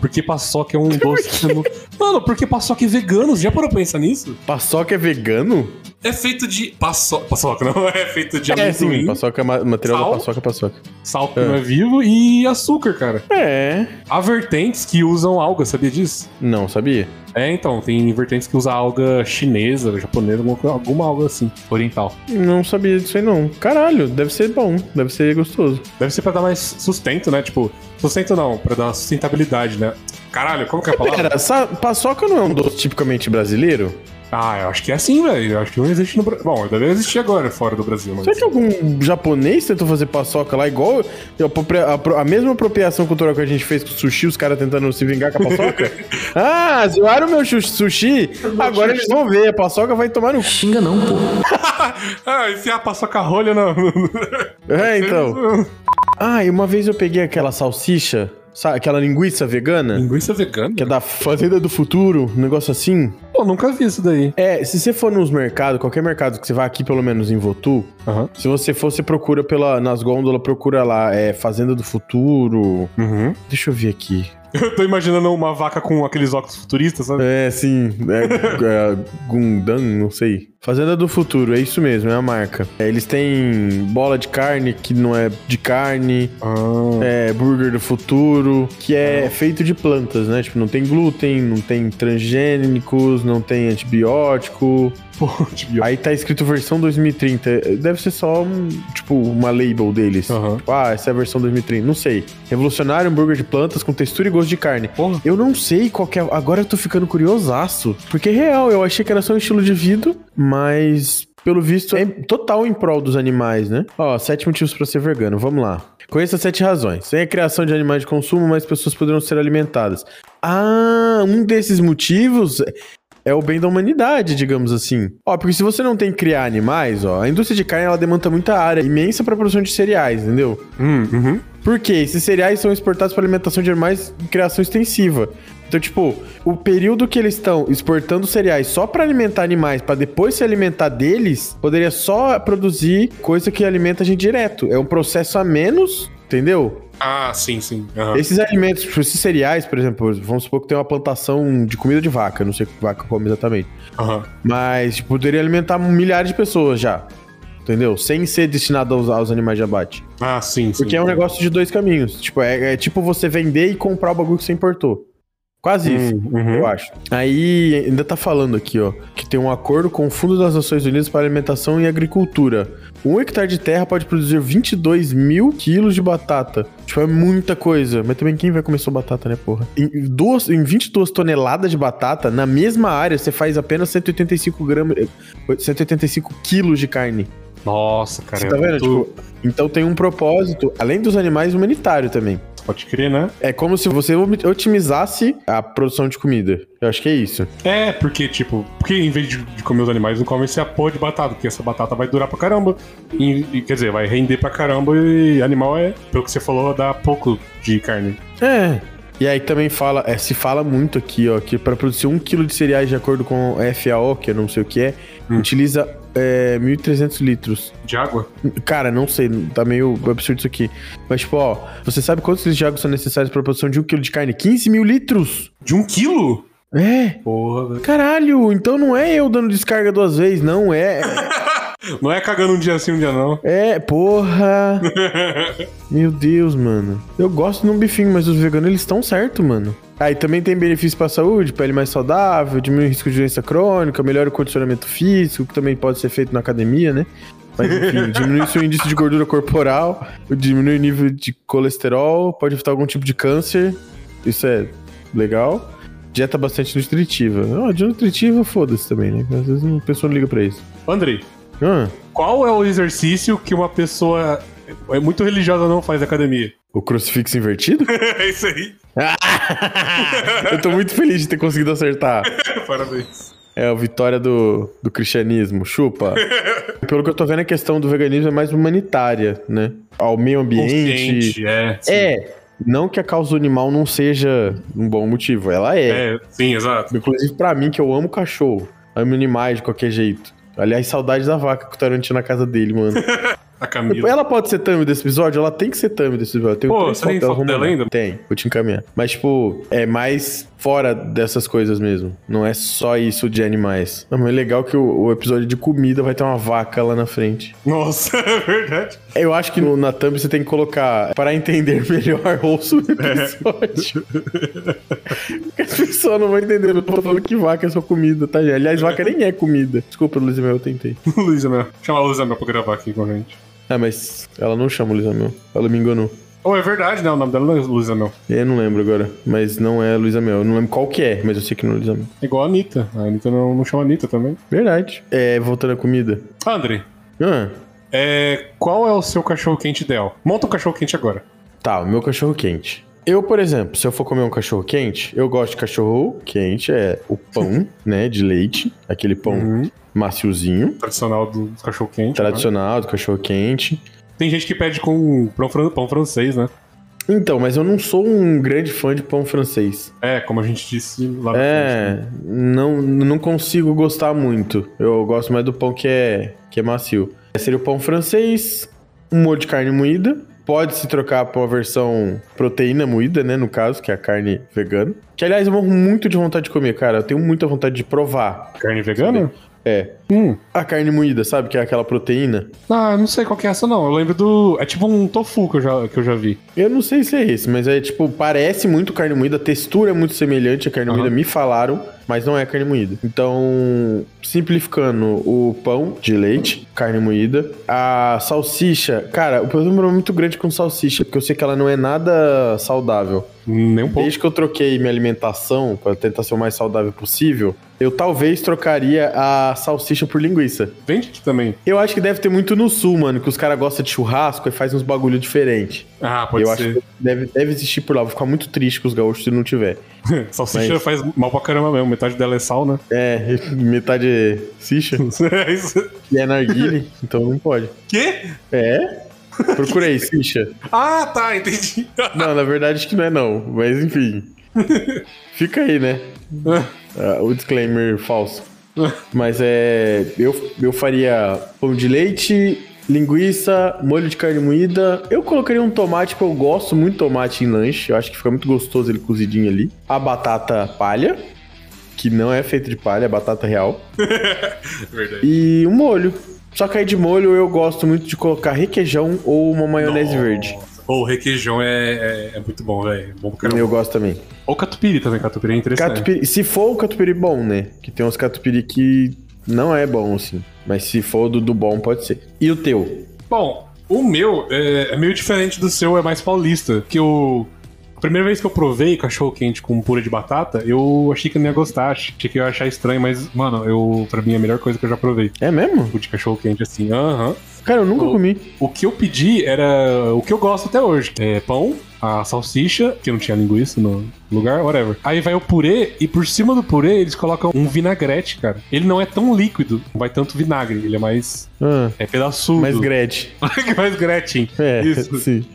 Speaker 4: Porque paçoca
Speaker 5: <laughs>
Speaker 4: é um doce que eu não... Mano, porque paçoca é vegano, já parou pra pensar nisso?
Speaker 5: Paçoca é vegano?
Speaker 4: É feito de paço... paçoca, não, é feito de
Speaker 5: É, sim.
Speaker 4: amendoim,
Speaker 5: Paçoca é ma- material
Speaker 4: Sal?
Speaker 5: da paçoca, paçoca.
Speaker 4: sal que não é vivo e açúcar, cara.
Speaker 5: É.
Speaker 4: Há vertentes que usam alga, sabia disso?
Speaker 5: Não, sabia?
Speaker 4: É, então, tem vertentes que usam alga chinesa, japonesa, alguma, alguma alga assim, oriental.
Speaker 5: Não sabia disso aí não. Caralho, deve ser bom, deve ser gostoso.
Speaker 4: Deve ser pra dar mais sustento, né? Tipo, sustento não, pra dar sustentabilidade, né? Caralho, como que é a palavra?
Speaker 5: Pera, sa- paçoca não é um doce tipicamente brasileiro?
Speaker 4: Ah, eu acho que é assim, velho. Eu acho que não existe no Brasil. Bom, deve existir agora, fora do Brasil, mas.
Speaker 5: Será que algum japonês tentou fazer paçoca lá igual a, apropria- a pro- a mesma apropriação cultural que a gente fez com o sushi, os caras tentando se vingar com a <laughs> paçoca? ah, zoaram meu chu- sushi? Agora eles vão ver, a paçoca vai tomar no c...
Speaker 7: Xinga não, pô.
Speaker 4: <laughs> Ah, enfiar a paçoca rolha na. <laughs>
Speaker 5: É, então. Ah, e uma vez eu peguei aquela salsicha, sa- aquela linguiça vegana,
Speaker 4: Linguiça vegana?
Speaker 5: que é da Fazenda do Futuro, um negócio assim.
Speaker 4: Pô, nunca vi isso daí.
Speaker 5: É, se você for nos mercados, qualquer mercado que você vá aqui, pelo menos em Votu,
Speaker 4: Aham.
Speaker 5: se você for, você procura pela, nas gôndolas, procura lá, é, Fazenda do Futuro.
Speaker 4: Uhum.
Speaker 5: Deixa eu ver aqui.
Speaker 4: Eu tô imaginando uma vaca com aqueles óculos futuristas, sabe?
Speaker 5: É, sim, é, <laughs> é, Gundam, não sei. Fazenda do Futuro, é isso mesmo, é a marca. É, eles têm bola de carne que não é de carne,
Speaker 4: Ah.
Speaker 5: é, burger do futuro, que é feito de plantas, né? Tipo, não tem glúten, não tem transgênicos, não tem antibiótico.
Speaker 4: Pô, tipo,
Speaker 5: Aí tá escrito versão 2030. Deve ser só, um, tipo, uma label deles.
Speaker 4: Aham.
Speaker 5: Tipo, ah, essa é a versão 2030. Não sei. Revolucionário hambúrguer de plantas com textura e gosto de carne.
Speaker 4: Porra.
Speaker 5: Eu não sei qual que é. Agora eu tô ficando curiosaço. Porque é real, eu achei que era só um estilo de vida, mas. Pelo visto, é total em prol dos animais, né? Ó, sete motivos pra ser vegano. Vamos lá. Conheça sete razões. Sem a criação de animais de consumo, mais pessoas poderão ser alimentadas. Ah, um desses motivos é o bem da humanidade, digamos assim. Ó, porque se você não tem que criar animais, ó, a indústria de carne ela demanda muita área imensa para produção de cereais, entendeu?
Speaker 4: hum, uhum.
Speaker 5: Por quê? Esses cereais são exportados para alimentação de animais em criação extensiva. Então, tipo, o período que eles estão exportando cereais só para alimentar animais, para depois se alimentar deles, poderia só produzir coisa que alimenta a gente direto. É um processo a menos, entendeu?
Speaker 4: Ah, sim, sim. Aham.
Speaker 5: Esses alimentos, tipo, esses cereais, por exemplo, vamos supor que tem uma plantação de comida de vaca, eu não sei que vaca come exatamente.
Speaker 4: Aham.
Speaker 5: Mas tipo, poderia alimentar milhares de pessoas já. Entendeu? Sem ser destinado aos, aos animais de abate.
Speaker 4: Ah, sim, sim.
Speaker 5: Porque é um negócio de dois caminhos. Tipo, é, é tipo você vender e comprar o bagulho que você importou. Quase isso,
Speaker 4: uhum.
Speaker 5: eu acho. Aí ainda tá falando aqui, ó, que tem um acordo com o Fundo das Nações Unidas para Alimentação e Agricultura. Um hectare de terra pode produzir 22 mil quilos de batata. Tipo, é muita coisa. Mas também quem vai comer só batata, né, porra? Em, duas, em 22 toneladas de batata, na mesma área, você faz apenas 185 gramas... eh, 185 quilos de carne.
Speaker 4: Nossa, cara. é
Speaker 5: Você tá
Speaker 4: eu
Speaker 5: vendo?
Speaker 4: tô-
Speaker 5: Tipo, então tem um propósito, além dos animais, humanitário também.
Speaker 4: Pode crer, né?
Speaker 5: É como se você omi- otimizasse a produção de comida. Eu acho que é isso.
Speaker 4: É, porque, tipo, porque em vez de, de comer os animais, não come essa porra de batata, porque essa batata vai durar pra caramba. E, e, quer dizer, vai render pra caramba e animal é, pelo que você falou, dá pouco de carne.
Speaker 5: É. E aí também fala, é, se fala muito aqui, ó, que para produzir um quilo de cereais de acordo com a FAO, que eu não sei o que é, utiliza é, 1.300 litros.
Speaker 4: De água?
Speaker 5: Cara, não sei, tá meio absurdo isso aqui. Mas tipo, ó, você sabe quantos litros de água são necessários para produção de um quilo de carne? 15 mil litros!
Speaker 4: De um quilo?
Speaker 5: É,
Speaker 4: Porra, velho.
Speaker 5: caralho, então não é eu dando descarga duas vezes, não é.
Speaker 4: Não é cagando um dia assim, um dia não.
Speaker 5: É, porra! Meu Deus, mano. Eu gosto de um bifinho, mas os veganos eles estão certo, mano. Aí também tem benefício pra saúde, pele mais saudável, diminui o risco de doença crônica, melhora o condicionamento físico, que também pode ser feito na academia, né? Mas enfim, diminui seu índice de gordura corporal, diminui o nível de colesterol, pode evitar algum tipo de câncer. Isso é legal. Dieta bastante nutritiva. Não, de nutritiva, foda-se também, né? Às vezes a pessoa não liga pra isso.
Speaker 4: Andrei,
Speaker 5: Ah,
Speaker 4: qual é o exercício que uma pessoa é muito religiosa não faz na academia?
Speaker 5: o crucifixo invertido?
Speaker 4: <laughs> É isso aí. <laughs>
Speaker 5: Eu tô muito feliz de ter conseguido acertar.
Speaker 4: Parabéns.
Speaker 5: É o vitória do, do cristianismo. Chupa. Pelo que eu tô vendo, a questão do veganismo é mais humanitária, né? Ao meio ambiente.
Speaker 4: Consciente, é. sim.
Speaker 5: É. Não que a causa animal não seja um bom motivo. Ela é.
Speaker 4: É, sim, exato.
Speaker 5: Inclusive pra mim, que eu amo cachorro. Amo animais de qualquer jeito. Aliás, saudades da vaca com o Tarantino na casa dele, mano.
Speaker 4: A Camila.
Speaker 5: Tipo, Ela pode ser thumb desse episódio? Ela tem que ser thumb desse episódio. Eu tenho
Speaker 4: Pô,
Speaker 5: três
Speaker 4: você tem
Speaker 5: fotos,
Speaker 4: foto
Speaker 5: vou
Speaker 4: dela
Speaker 5: mandar.
Speaker 4: ainda?
Speaker 5: Tem, vou te encaminhar. Mas, tipo, é mais fora dessas coisas mesmo. Não é só isso de animais. Não, mas é legal que o, o episódio de comida vai ter uma vaca lá na frente.
Speaker 4: Nossa, <laughs> é verdade.
Speaker 5: Eu acho que no- na thumb você tem que colocar para entender <laughs> melhor ouça o
Speaker 4: É.
Speaker 5: episódio. Porque as pessoas não vão entender. Eu tô falando que vaca é só comida, tá? gente? Aliás, vaca nem é comida. Desculpa, Luiz, eu tentei.
Speaker 4: Luísa Mel. Chama a Luísa Mel pra gravar aqui com a gente.
Speaker 5: Ah, mas ela não chama o Luiz Amel. Ela me enganou.
Speaker 4: Oh, é verdade, né? O nome dela não é Luísa Mel.
Speaker 5: Eu não lembro agora, mas não é Luísa Mel. Eu não lembro qual que é, mas eu sei que não é Luísa Mel.
Speaker 4: É igual a Anitta. A Anitta não, não chama Anitta também.
Speaker 5: Verdade. É, voltando à comida.
Speaker 4: Ah, André,
Speaker 5: Ah,
Speaker 4: é, qual é o seu cachorro quente ideal? Monta um cachorro quente agora.
Speaker 5: tá, o meu cachorro quente. Eu, por exemplo, se eu for comer um cachorro quente, eu gosto de cachorro quente, é o pão, né, de leite, aquele pão maciozinho,
Speaker 4: Tradicional do, do cachorro quente.
Speaker 5: tradicional do cachorro quente.
Speaker 4: né? Tem gente que pede com pão, fran- pão francês, né?
Speaker 5: Então, mas eu não sou um grande fã de pão francês.
Speaker 4: É, como a gente disse lá na frente. né?
Speaker 5: É, não, não consigo gostar muito. Eu gosto mais do pão que é, que é macio. Seria o pão francês, um molho de carne moída. Pode se trocar pra uma versão proteína moída, né? No caso, que é a carne vegana. Que, aliás, eu morro muito de vontade de comer, cara. Eu tenho muita vontade de provar.
Speaker 4: né? Carne vegana?
Speaker 5: É.
Speaker 4: Hum.
Speaker 5: A carne moída, sabe? Que é aquela proteína.
Speaker 4: Ah, não sei qual que é essa, não. Eu lembro do. É tipo um tofu que eu já, que eu já vi.
Speaker 5: Eu não sei se é esse, mas é tipo, parece muito carne moída, a textura é muito semelhante à carne
Speaker 4: Aham.
Speaker 5: moída, me falaram, mas não é carne moída. Então, simplificando, o pão de leite, carne moída, a salsicha, cara, o problema é muito grande com salsicha, porque eu sei que ela não é nada saudável.
Speaker 4: Nem um pouco.
Speaker 5: Desde que eu troquei minha alimentação pra tentar ser o mais saudável possível, eu talvez trocaria a salsicha por linguiça.
Speaker 4: Vende aqui também.
Speaker 5: Eu acho que deve ter muito no sul, mano, que os caras gostam de churrasco e faz uns bagulho diferente
Speaker 4: Ah, pode
Speaker 5: eu
Speaker 4: ser.
Speaker 5: acho que deve, deve existir por lá. Vou ficar muito triste com os gaúchos se não tiver.
Speaker 4: <laughs> Salsicha
Speaker 5: Mas-
Speaker 4: faz mal pra caramba mesmo. Metade dela é sal, né? <laughs>
Speaker 5: É, <laughs> metade é cicha
Speaker 4: é isso.
Speaker 5: e é
Speaker 4: <laughs>
Speaker 5: narguile, então não pode.
Speaker 4: Quê?
Speaker 5: É? Procurei, cicha.
Speaker 4: Ah, tá, entendi. <laughs>
Speaker 5: Não, na verdade acho que não é não, mas enfim. Fica aí, né? Ah, o disclaimer falso. Mas é. Eu, eu faria pão de leite, linguiça, molho de carne moída. Eu colocaria um tomate, porque eu gosto muito de tomate em lanche. Eu acho que fica muito gostoso ele cozidinho ali. A batata palha, que não é feita de palha, é batata real.
Speaker 4: Verdade.
Speaker 5: E um molho. Só que aí de molho eu gosto muito de colocar requeijão ou uma maionese verde.
Speaker 4: Ou o requeijão é, é, é muito bom, velho. É Bom pra caramba.
Speaker 5: Eu gosto também.
Speaker 4: Ou catupiry também, catupiry é interessante.
Speaker 5: Catupiry, se for o catupiry bom, né? Que tem uns catupiry que não é bom, assim. Mas se for do, do bom, pode ser. E o teu?
Speaker 4: Bom, o meu é, é meio diferente do seu, é mais paulista. Que o primeira vez que eu provei cachorro quente com purê de batata, eu achei que eu não ia gostar. Achei que eu ia achar estranho, mas, mano, eu, pra mim é a melhor coisa que eu já provei.
Speaker 5: É mesmo?
Speaker 4: Tipo, de cachorro quente assim, aham.
Speaker 5: Cara, eu nunca
Speaker 4: Oh.
Speaker 5: comi.
Speaker 4: O que eu pedi era o que eu gosto até hoje. É pão, a salsicha, que não tinha linguiça no lugar, whatever. Aí vai o purê, e por cima do purê eles colocam um vinagrete, cara. Ele não é tão líquido, não vai tanto vinagre, ele é mais...
Speaker 5: Ah,
Speaker 4: É pedaçudo.
Speaker 5: mas Gretchen.
Speaker 4: mais Gretchen.
Speaker 5: É,
Speaker 4: <laughs>
Speaker 5: <laughs>
Speaker 4: Isso.
Speaker 5: sim.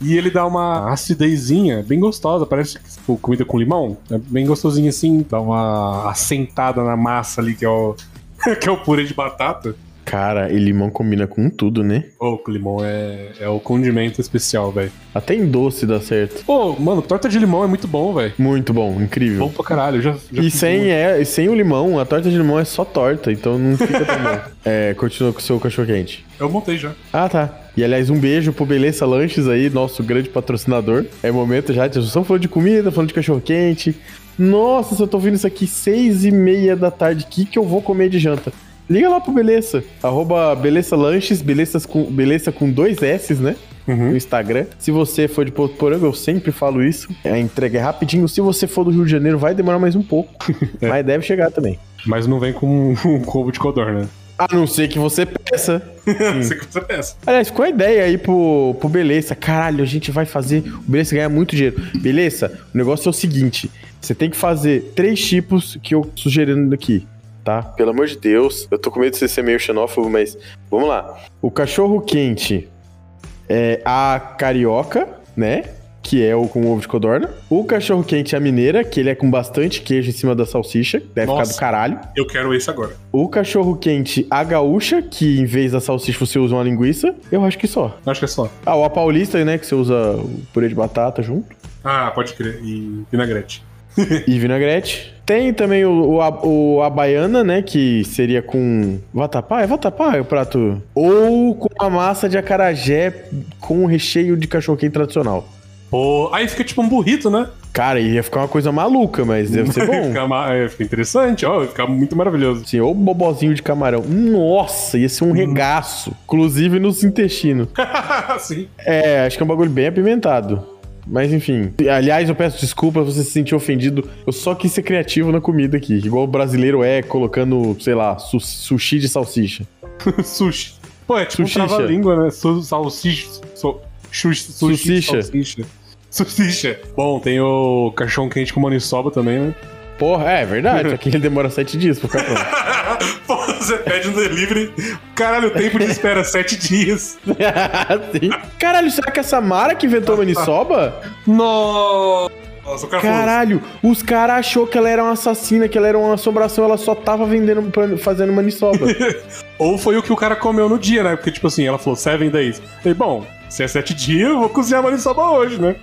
Speaker 4: E ele dá uma acidezinha bem gostosa, parece que, tipo, comida com limão. É bem gostosinho assim, dá uma assentada na massa ali, que é o, <laughs> que é o purê de batata.
Speaker 5: Cara, e limão combina com tudo, né?
Speaker 4: Ô, o limão é, é o condimento especial, velho.
Speaker 5: Até em doce dá certo.
Speaker 4: Pô, mano, torta de limão é muito bom, velho.
Speaker 5: Muito bom, incrível.
Speaker 4: Bom pra caralho, eu já, já
Speaker 5: E
Speaker 4: fiz
Speaker 5: sem,
Speaker 4: muito.
Speaker 5: é, e sem o limão, a torta de limão é só torta, então não fica tão bom.
Speaker 4: <laughs>
Speaker 5: É, continua com o seu cachorro quente.
Speaker 4: Eu montei já.
Speaker 5: Ah, tá. E aliás, um beijo pro Beleza Lanches aí, nosso grande patrocinador. É momento já, vocês estão falando de comida, falando de cachorro quente. Nossa, se eu tô ouvindo isso aqui seis e meia da tarde, o que, que eu vou comer de janta? Liga lá pro Beleza, arroba Beleza Lanches, Belezas com, Beleza com dois S's, né? no Instagram. Se você for de Porto Poranga, eu sempre falo isso. A entrega é rapidinho. Se você for do Rio de Janeiro, vai demorar mais um <laughs> pouco. Mas deve chegar também.
Speaker 4: Mas não vem com <laughs> um couve de codorna.
Speaker 5: A não ser que você peça. Hum.
Speaker 4: Não sei o que você pensa.
Speaker 5: Aliás, qual a ideia aí pro, pro Beleza? Caralho, a gente vai fazer. O Beleza ganha muito dinheiro. Beleza, o negócio é o seguinte: você tem que fazer três tipos que eu tô sugerindo aqui, tá? Pelo amor de Deus, eu tô com medo de você ser meio xenófobo, mas vamos lá. O cachorro quente é a carioca, né? Que é o com ovo de codorna. O cachorro quente é a mineira, que ele é com bastante queijo em cima da salsicha. Deve
Speaker 4: Nossa.
Speaker 5: ficar do caralho.
Speaker 4: Eu quero esse agora.
Speaker 5: O cachorro quente, a gaúcha, que em vez da salsicha você usa uma linguiça. Eu acho que só.
Speaker 4: Acho que é só.
Speaker 5: Ah, o a paulista, né? Que você usa o purê de batata junto.
Speaker 4: Ah, pode crer. E vinagrete.
Speaker 5: E vinagrete. Tem também o, o, a- o a baiana, né? Que seria com vatapá. É vatapá é o prato. Ou com a massa de acarajé com o recheio de cachorro-quente tradicional.
Speaker 4: Pô, aí fica tipo um burrito, né?
Speaker 5: Cara, ia ficar uma coisa maluca, mas deve ser bom.
Speaker 4: fica, ma- é, fica interessante, ó. Fica muito maravilhoso. <laughs>
Speaker 5: Assim, ou bobozinho de camarão. Nossa, ia ser um regaço. Inclusive nos intestinos.
Speaker 4: Sim.
Speaker 5: É, acho que é um bagulho bem apimentado. Mas enfim. E, Aliás, eu peço desculpa se você se sentir ofendido. Eu só quis ser criativo na comida aqui. Igual o brasileiro é colocando, sei lá, su- sushi de salsicha.
Speaker 4: Sushi. Pô, é tipo um
Speaker 5: Sushicha.
Speaker 4: trava-língua, né? Su salsicha. So sushi, sushi de
Speaker 5: Susicha.
Speaker 4: salsicha. Susicha. Bom, tem o cachorro quente com maniçoba também, né? <laughs>
Speaker 5: Porra, é verdade. Só que ele demora sete dias pra ficar pronto. <laughs>
Speaker 4: Pô, você pede um delivery. Caralho, o tempo de espera <laughs> sete dias.
Speaker 5: Sim. Caralho, será que é a Samara que inventou a maniçoba?
Speaker 4: Nossa, o cara
Speaker 5: Caralho, os caras achou que ela era uma assassina, que ela era uma assombração, ela só tava vendendo, pra- fazendo maniçoba.
Speaker 4: Ou foi o que o cara comeu no dia, né? Porque, tipo assim, ela falou seven days. Falei, bom, se é sete dias, eu vou cozinhar maniçoba hoje, né?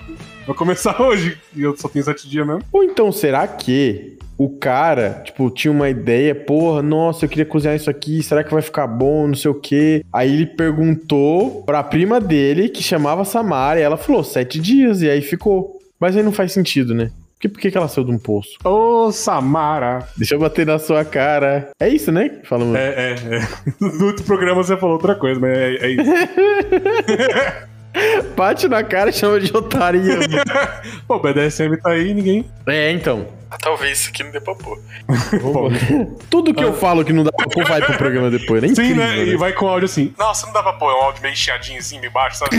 Speaker 4: Vou começar <laughs> hoje. E eu só tenho sete dias mesmo.
Speaker 5: Ou então, será que o cara, tipo, tinha uma ideia, porra, nossa, eu queria cozinhar isso aqui, será que vai ficar bom, não sei o quê. Aí ele perguntou pra prima dele, que chamava Samara, e ela falou, sete dias, e aí ficou. Mas aí não faz sentido, né? Porque por que que ela saiu de um poço?
Speaker 4: Ô, Samara.
Speaker 5: Deixa eu bater na sua cara. É isso, né? que Falamos.
Speaker 4: É, <laughs> é, é. No outro programa você falou outra coisa, mas é, é isso.
Speaker 5: Bate na cara e chama de otaria.
Speaker 4: Pô, o BDSM tá aí e ninguém.
Speaker 5: é, então. Talvez isso aqui não dê pra pôr. Tudo que eu falo que não dá pra pôr vai pro programa depois, né?
Speaker 4: É. Sim, né?
Speaker 5: Incrível,
Speaker 4: E vai com áudio assim. Nossa, não dá pra pôr um áudio meio chiadinho assim, meio baixo, sabe?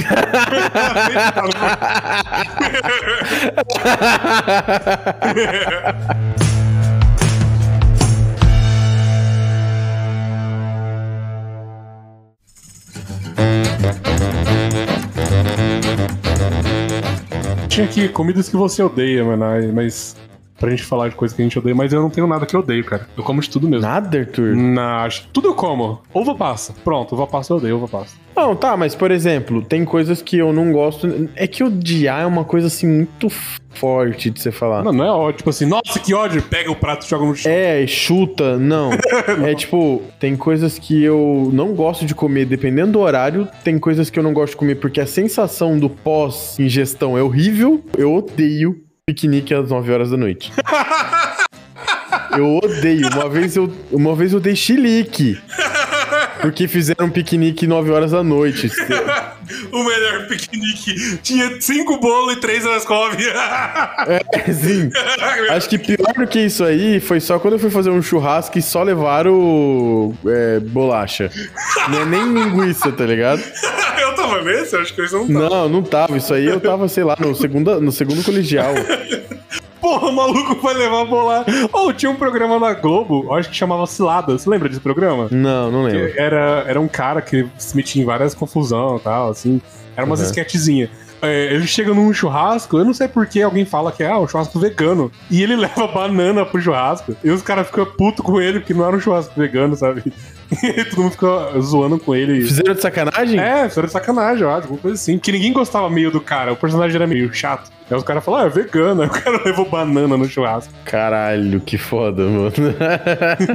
Speaker 4: Tinha aqui comidas que você odeia, mano, aí, mas. Pra gente falar de coisa que a gente odeia, mas eu não tenho nada que eu odeio, cara. Eu como de tudo mesmo.
Speaker 5: Nada, Arthur?
Speaker 4: Na, acho- tudo eu como. Uva passa. Pronto, uva passa eu odeio, uva passa.
Speaker 5: Não, tá, mas por exemplo, tem coisas que eu não gosto. É que odiar é uma coisa assim muito forte de você falar.
Speaker 4: Não, não é ódio. Tipo assim, nossa, que ódio. Pega o prato e joga no chão.
Speaker 5: É, chuta, não. É tipo, tem coisas que eu não gosto de comer dependendo do horário, tem coisas que eu não gosto de comer porque a sensação do pós-ingestão é horrível. Eu odeio piquenique às 9 horas da noite. Eu odeio. Uma vez eu, uma vez eu dei chilique. Porque fizeram um piquenique 9 horas da noite.
Speaker 4: o melhor piquenique. Tinha cinco bolos e três Raskov.
Speaker 5: É, sim. Acho que pior do que isso aí foi só quando eu fui fazer um churrasco e só levaram é, bolacha. Não é nem linguiça, tá ligado?
Speaker 4: <laughs> eu tava nesse? Acho que eles não tavam.
Speaker 5: Não, não tava. Isso aí eu tava, sei lá, no, segunda, no segundo colegial.
Speaker 4: Porra, o maluco vai levar bolar. Ou tinha um programa na Globo, acho que chamava Cilada. Você lembra desse programa?
Speaker 5: Não, não lembro.
Speaker 4: Que Era, era um cara que se metia em várias confusão e tal, assim. Era umas
Speaker 5: Uhum.
Speaker 4: esquetezinhas. É, ele chega num churrasco, eu não sei por que alguém fala que é ah, um churrasco vegano. E ele <laughs> leva banana pro churrasco. E os caras ficam putos com ele, porque não era um churrasco vegano, sabe? <laughs> E todo mundo fica zoando com ele.
Speaker 5: Fizeram de sacanagem?
Speaker 4: É, isso era de sacanagem, eu acho, alguma coisa assim. Porque ninguém gostava meio do cara, o personagem era meio chato. Aí os caras falam, ah, é vegano. <laughs> Aí o cara levou banana no churrasco.
Speaker 5: Caralho, que foda, mano. <laughs>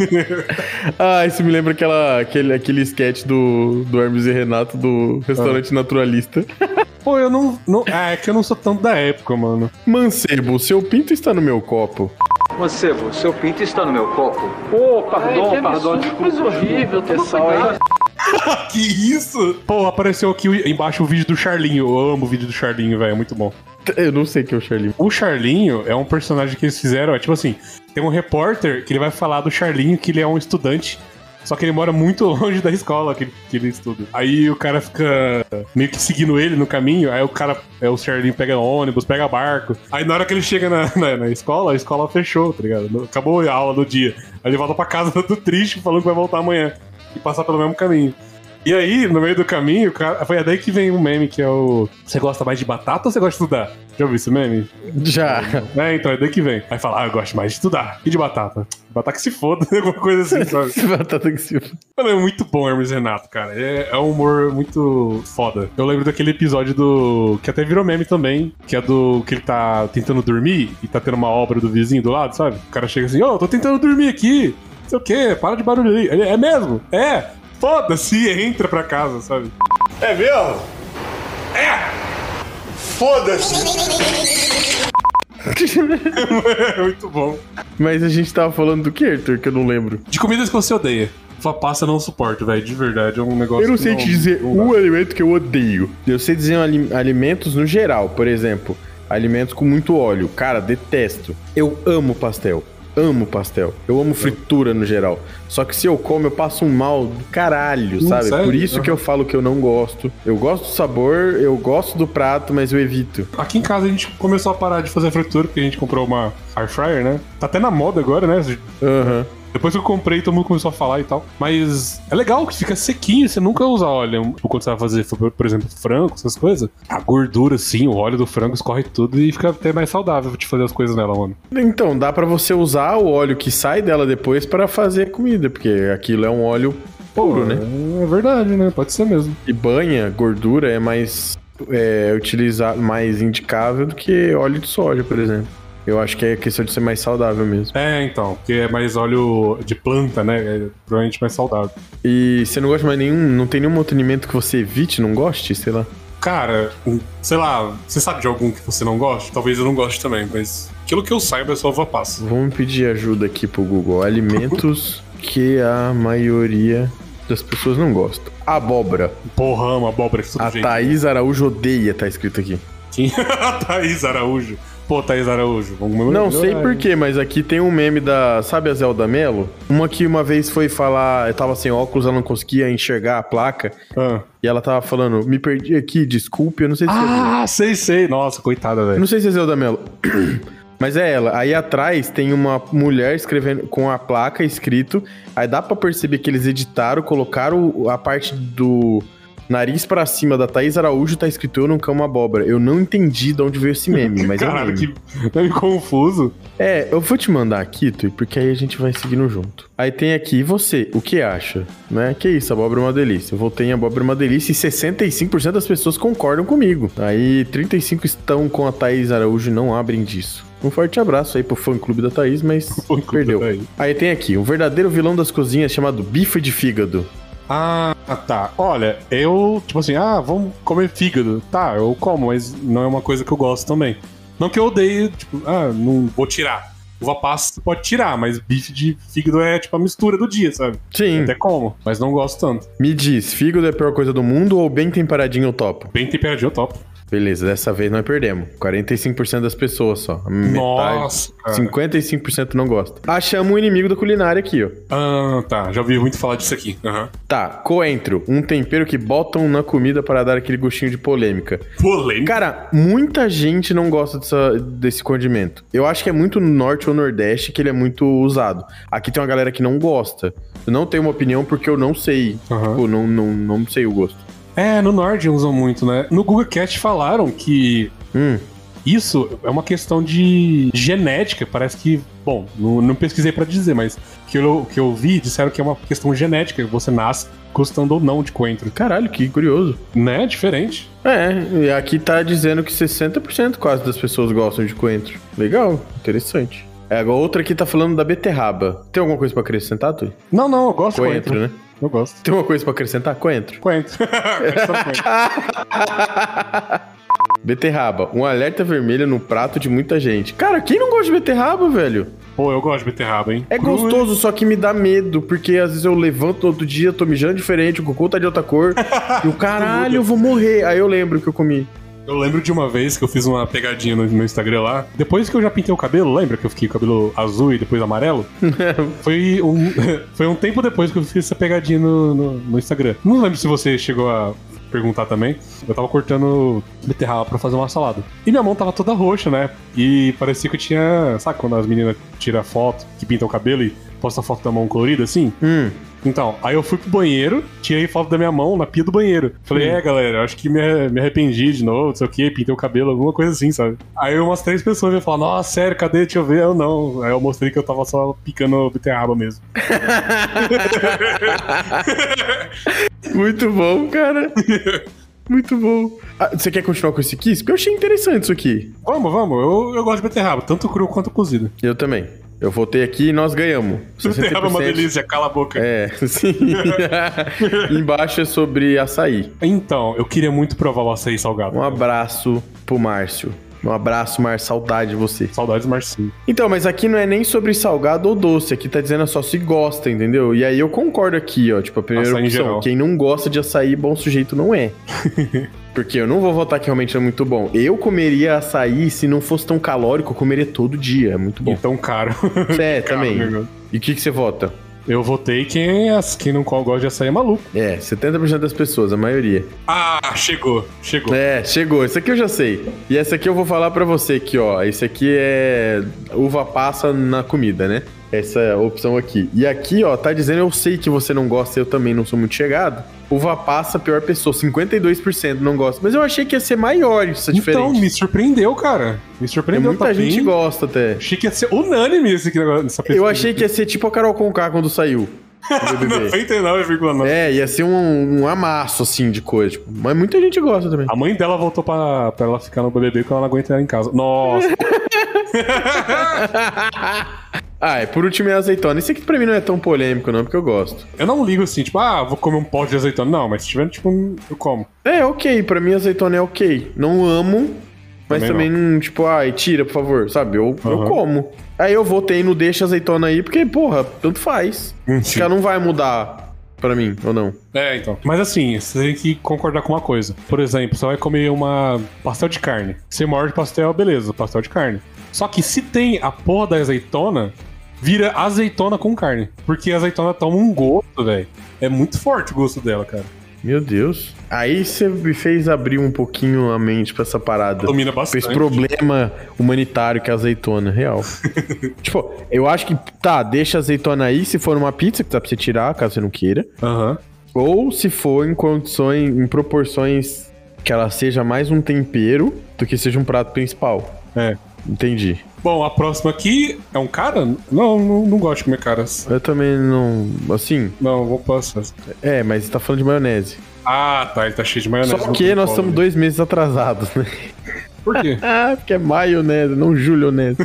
Speaker 5: ah, isso me lembra aquela, aquele, aquele sketch do, do Hermes e Renato do restaurante naturalista.
Speaker 4: Pô, eu não, não. ah, É que eu não sou tanto da época, mano.
Speaker 5: Mancebo, seu pinto está no meu copo.
Speaker 7: Mancebo, seu pinto está no meu copo. Oh, pardon, pardon, desculpa. horrível, pessoal, hein?
Speaker 4: Que isso? Pô, apareceu aqui embaixo o vídeo do Charlinho. Eu amo o vídeo do Charlinho, velho. É muito bom.
Speaker 5: Eu não sei o que é o Charlie.
Speaker 4: O Charlinho é um personagem que eles fizeram. É tipo assim: tem um repórter que ele vai falar do Charlinho, que ele é um estudante. Só que ele mora muito <laughs> longe da escola que ele, que ele estuda. Aí o cara fica meio que seguindo ele no caminho. Aí o cara, é, o Charlinho pega ônibus, pega barco. Aí na hora que ele chega na, <laughs> na, na escola, a escola fechou, tá ligado? Acabou a aula do dia. Aí ele volta pra casa <laughs> do triste, falando que vai voltar amanhã. E passar pelo mesmo caminho. E aí, no meio do caminho, o cara- foi daí que vem um meme que é o. Você gosta mais de batata ou você gosta de estudar? Já ouviu esse meme?
Speaker 5: Já.
Speaker 4: É, então é daí que vem. Aí fala, ah, eu gosto mais de estudar. E de batata? Batata que se foda, <laughs> alguma coisa assim, sabe?
Speaker 5: <laughs> Batata que se...
Speaker 4: Mano, é muito bom Hermes e Renato, cara. É, é um humor muito foda. Eu lembro daquele episódio do. que até virou meme também, que é do. que ele tá tentando dormir e tá tendo uma obra do vizinho do lado, sabe? O cara chega assim, ô, eu tô tentando dormir aqui. Não sei o quê, para de barulho aí. Ele, é mesmo? É! Foda-se, <laughs> entra pra casa, sabe?
Speaker 8: É mesmo? É! Foda-se!
Speaker 4: <laughs> é muito bom.
Speaker 5: Mas a gente tava falando do que, Arthur? Que eu não lembro.
Speaker 4: De comidas que você odeia. Flapasta eu não suporto, velho. De verdade, é um negócio.
Speaker 5: Eu não sei
Speaker 4: que
Speaker 5: te dizer
Speaker 4: não
Speaker 5: um
Speaker 4: dá.
Speaker 5: alimento que eu odeio. Eu sei dizer um ali- alimentos no geral, por exemplo, alimentos com muito óleo. Cara, detesto. Eu amo pastel. Amo pastel. Eu amo fritura no geral. Só que se eu como, eu passo um mal do caralho,
Speaker 4: Hum,
Speaker 5: sabe?
Speaker 4: sério?
Speaker 5: Por isso que eu falo que eu não gosto. Eu gosto do sabor, eu gosto do prato, mas eu evito.
Speaker 4: Aqui em casa a gente começou a parar de fazer fritura, porque a gente comprou uma air fryer, né? Tá até na moda agora, né?
Speaker 5: Aham.
Speaker 4: Depois que eu comprei, todo mundo começou a falar e tal. Mas é legal que fica sequinho, você nunca usa óleo. Tipo, quando você vai fazer, por por exemplo, frango, essas coisas. A gordura, sim, o óleo do frango escorre tudo e fica até mais saudável de fazer as coisas nela, mano.
Speaker 5: Então, dá pra você usar o óleo que sai dela depois pra fazer comida, porque aquilo é um óleo puro, né?
Speaker 4: É verdade, né? Pode ser mesmo.
Speaker 5: e banha, gordura é mais é, utilizar, mais indicável do que óleo de soja, por exemplo. Eu acho que é questão de ser mais saudável mesmo.
Speaker 4: É, então, porque é mais óleo de planta, né? É provavelmente mais saudável.
Speaker 5: E você não gosta mais nenhum, não tem nenhum outro alimento que você evite, não goste, sei lá.
Speaker 4: Cara, um, sei lá, você sabe de algum que você não gosta? Talvez eu não goste também, mas aquilo que eu saiba é só uva passa.
Speaker 5: Vamos pedir ajuda aqui pro Google. Alimentos que a maioria das pessoas não gosta. Abóbora.
Speaker 4: Porra, Um uma abóbora de todo
Speaker 5: A
Speaker 4: jeito.
Speaker 5: Thaís Araújo odeia, tá escrito aqui.
Speaker 4: Quem- A <laughs> Thaís Araújo. Pô, Thaís Araújo, vamos né? melhorar.
Speaker 5: Não sei porquê, mas aqui tem um meme da. Sabe a Zelda Mello? Uma que uma vez foi falar. Eu tava sem óculos, ela não conseguia enxergar a placa.
Speaker 4: Ah,
Speaker 5: E ela tava falando, me perdi aqui, desculpe, eu não sei se
Speaker 4: Ah, sei, sei. Nossa, coitada,
Speaker 5: eu
Speaker 4: velho.
Speaker 5: não sei se é Zelda Mello. <clears throat> Mas é ela. Aí atrás tem uma mulher escrevendo com a placa escrito. Aí dá pra perceber que eles editaram, colocaram o- a parte do nariz pra cima da Thaís Araújo, tá escrito eu não como abóbora. Eu não entendi de onde veio esse meme, mas é um
Speaker 4: Caralho,
Speaker 5: meme.
Speaker 4: que <laughs> meio confuso.
Speaker 5: É, eu vou te mandar aqui, Tui, porque aí a gente vai seguindo junto. Aí tem aqui, e você, o que acha? Né? Que isso, abóbora é uma delícia. Eu votei em abóbora é uma delícia e 65% das pessoas concordam comigo. Aí 35 estão com a Thaís Araújo e não abrem disso. Um forte abraço aí pro fã clube da Thaís,
Speaker 4: <laughs>
Speaker 5: mas
Speaker 4: clube
Speaker 5: perdeu.
Speaker 4: da Thaís.
Speaker 5: Aí tem aqui, um verdadeiro vilão das cozinhas chamado bife de fígado.
Speaker 4: Ah, tá. Olha, eu, tipo assim, ah, vamos comer fígado. Tá, eu como, mas não é uma coisa que eu gosto também. Não que eu odeie, tipo, ah, não vou tirar. Uva passa você pode tirar, mas bife de fígado é tipo a mistura do dia, sabe?
Speaker 5: Sim.
Speaker 4: Até como, mas não gosto tanto.
Speaker 5: Me diz, fígado é a pior coisa do mundo ou bem temperadinho eu topo?
Speaker 4: Bem temperadinho, eu topo.
Speaker 5: Beleza, dessa vez nós perdemos. 45% das pessoas só. A
Speaker 4: Nossa, cara.
Speaker 5: 55% não gosta. Achamos um inimigo da culinária aqui, ó.
Speaker 4: Ah, tá. Já ouvi muito falar disso aqui. Aham.
Speaker 5: Tá, coentro. Um tempero que botam na comida para dar aquele gostinho de polêmica.
Speaker 4: Polêmica.
Speaker 5: Cara, muita gente não gosta dessa- desse condimento. Eu acho que é muito no norte ou nordeste que ele é muito usado. Aqui tem uma galera que não gosta. Eu não tenho uma opinião porque eu não sei.
Speaker 4: Aham.
Speaker 5: Tipo, não, não, não sei o gosto.
Speaker 4: É, no Nord usam muito, né? No Google Cast falaram que
Speaker 5: Hum,
Speaker 4: isso é uma questão de genética. Parece que, bom, não, não pesquisei pra dizer, mas o que eu, o que eu vi disseram que é uma questão genética. Você nasce gostando ou não de coentro.
Speaker 5: caralho, que curioso.
Speaker 4: Né? Diferente.
Speaker 5: É, e aqui tá dizendo que 60% quase das pessoas gostam de coentro. Legal, interessante. É, agora outra aqui tá falando da beterraba. Tem alguma coisa pra acrescentar, Tui?
Speaker 4: Não, não, eu gosto
Speaker 5: Coentro,
Speaker 4: de coentro.
Speaker 5: né?
Speaker 4: Eu gosto.
Speaker 5: Tem uma coisa pra acrescentar? Coentro.
Speaker 4: Coentro. <laughs> Só
Speaker 5: <laughs>
Speaker 4: coentro.
Speaker 5: Beterraba, um alerta vermelho no prato de muita gente. Cara, quem não gosta de beterraba, velho?
Speaker 4: Pô, eu gosto de beterraba, hein?
Speaker 5: É
Speaker 4: Crua.
Speaker 5: gostoso, só que me dá medo, porque às vezes eu levanto no outro dia, tô mijando diferente, o cocô tá de outra <laughs> cor. e o caralho, eu vou morrer. Aí eu lembro que eu comi.
Speaker 4: Eu lembro de uma vez que eu fiz uma pegadinha no, no Instagram lá. Depois que eu já pintei o cabelo, lembra que eu fiquei com o cabelo azul e depois amarelo? foi, um, <laughs> foi um tempo depois que eu fiz essa pegadinha no, no, no Instagram. Não lembro se você chegou a perguntar também. Eu tava cortando beterraba pra fazer uma salada. E minha mão tava toda roxa, né? E parecia que eu tinha. Sabe quando as meninas tiram foto, que pintam o cabelo e postam foto da mão colorida assim?
Speaker 5: Hum.
Speaker 4: Então, aí eu fui pro banheiro, tirei foto da minha mão na pia do banheiro. Falei, é, galera, acho que me, me arrependi de novo, não sei o que, pintei o cabelo, alguma coisa assim, sabe? Aí umas três pessoas vieram falar, nossa, sério, cadê? Deixa eu ver. Eu não. Aí eu mostrei que eu tava só picando beterraba mesmo.
Speaker 5: Muito bom, cara. Muito bom. Ah, você quer continuar com esse quiz? Porque eu achei interessante isso aqui.
Speaker 4: Vamos, vamos, eu, eu gosto de beterraba, tanto cru quanto cozido.
Speaker 5: Eu também. Eu voltei aqui e nós ganhamos.
Speaker 4: Beterraba é uma
Speaker 5: 60%.
Speaker 4: delícia, cala a boca.
Speaker 5: É, sim. Embaixo é <laughs> sobre açaí.
Speaker 4: Então, eu queria muito provar o açaí salgado.
Speaker 5: Um abraço pro Márcio. Um abraço, Márcio. Saudade de você.
Speaker 4: Saudades, Marcinho.
Speaker 5: Então, mas aqui não é nem sobre salgado ou doce, aqui tá dizendo só se gosta, entendeu? E aí eu concordo aqui, ó, tipo, a primeira
Speaker 4: Açaí em
Speaker 5: opção,
Speaker 4: geral.
Speaker 5: quem não gosta de açaí, bom sujeito não
Speaker 4: <laughs>
Speaker 5: é. Porque eu não vou votar que realmente é muito bom. Eu comeria açaí se não fosse tão calórico, eu comeria todo dia, é muito
Speaker 4: <laughs> E
Speaker 5: bom.
Speaker 4: tão caro.
Speaker 5: É, também.
Speaker 4: Caro,
Speaker 5: E o que, que você vota?
Speaker 4: Eu votei quem, é- quem não gosta de açaí é maluco.
Speaker 5: É, 70% das pessoas, a maioria.
Speaker 4: Ah, chegou, chegou.
Speaker 5: É, chegou. Esse aqui eu já sei. E essa aqui eu vou falar pra você aqui, ó. Esse aqui é uva passa na comida, né? Essa é a opção aqui. E aqui, ó, tá dizendo eu sei que você não gosta, eu também não sou muito chegado. Uva passa, pior pessoa, 52% não gosta. Mas eu achei que ia ser maior essa
Speaker 4: Então,
Speaker 5: diferença.
Speaker 4: me surpreendeu, cara. Me
Speaker 5: Tem
Speaker 4: surpreendeu.
Speaker 5: muita
Speaker 4: tá
Speaker 5: gente
Speaker 4: bem-
Speaker 5: gosta até.
Speaker 4: Achei que ia ser unânime esse aqui negócio, essa pesquisa.
Speaker 5: Eu achei que ia ser tipo a Carol Conká quando
Speaker 4: <laughs>
Speaker 5: saiu. do BBB.
Speaker 4: 99,9.
Speaker 5: é, ia ser um, um amasso, assim, de coisa. tipo. mas muita gente gosta também.
Speaker 4: A mãe dela voltou pra, pra ela ficar no BBB porque ela não aguenta ela em
Speaker 5: <laughs>
Speaker 4: casa. Nossa,
Speaker 5: Ah, é por último é azeitona. Esse aqui pra mim não é tão polêmico, não, porque eu gosto.
Speaker 4: eu não ligo assim, tipo, ah, vou comer um pote de azeitona. Não, mas se tiver, tipo, um- eu como.
Speaker 5: É, ok. Pra mim, azeitona é ok. Não amo, mas também,
Speaker 4: Também
Speaker 5: não. tipo, ai, tira, por favor, sabe? Eu, eu
Speaker 4: Aham.
Speaker 5: como. Aí eu votei no deixa azeitona aí, porque, porra, tanto faz.
Speaker 4: Hum,
Speaker 5: Esse cara não vai mudar pra mim, ou não.
Speaker 4: É, então. Mas assim, você tem que concordar com uma coisa. Por exemplo, você vai comer uma pastel de carne. Você morde pastel, beleza, pastel de carne. Só que se tem a porra da azeitona, vira azeitona com carne. Porque a azeitona toma um gosto, velho. É muito forte o gosto dela, cara.
Speaker 5: Meu Deus. Aí você me fez abrir um pouquinho a mente pra essa parada.
Speaker 4: Domina
Speaker 5: Pra esse
Speaker 4: bastante.
Speaker 5: problema humanitário que é a azeitona,
Speaker 4: <laughs>
Speaker 5: real. tipo, eu acho que, tá, deixa a azeitona aí se for uma pizza que dá pra você tirar, caso você não queira.
Speaker 4: Aham.
Speaker 5: Ou se for em condições, em proporções que ela seja mais um tempero do que seja um prato principal.
Speaker 4: É.
Speaker 5: Entendi.
Speaker 4: Bom, a próxima aqui é um cara? Não, não, não gosto de comer caras.
Speaker 5: Eu também não. Assim,
Speaker 4: Não, vou passar.
Speaker 5: é, mas você tá falando de maionese.
Speaker 4: Ah, tá, ele tá cheio de maionese.
Speaker 5: Só que nós estamos dois meses atrasados, né?
Speaker 4: Por quê?
Speaker 5: Ah, porque é maionese, não julionese.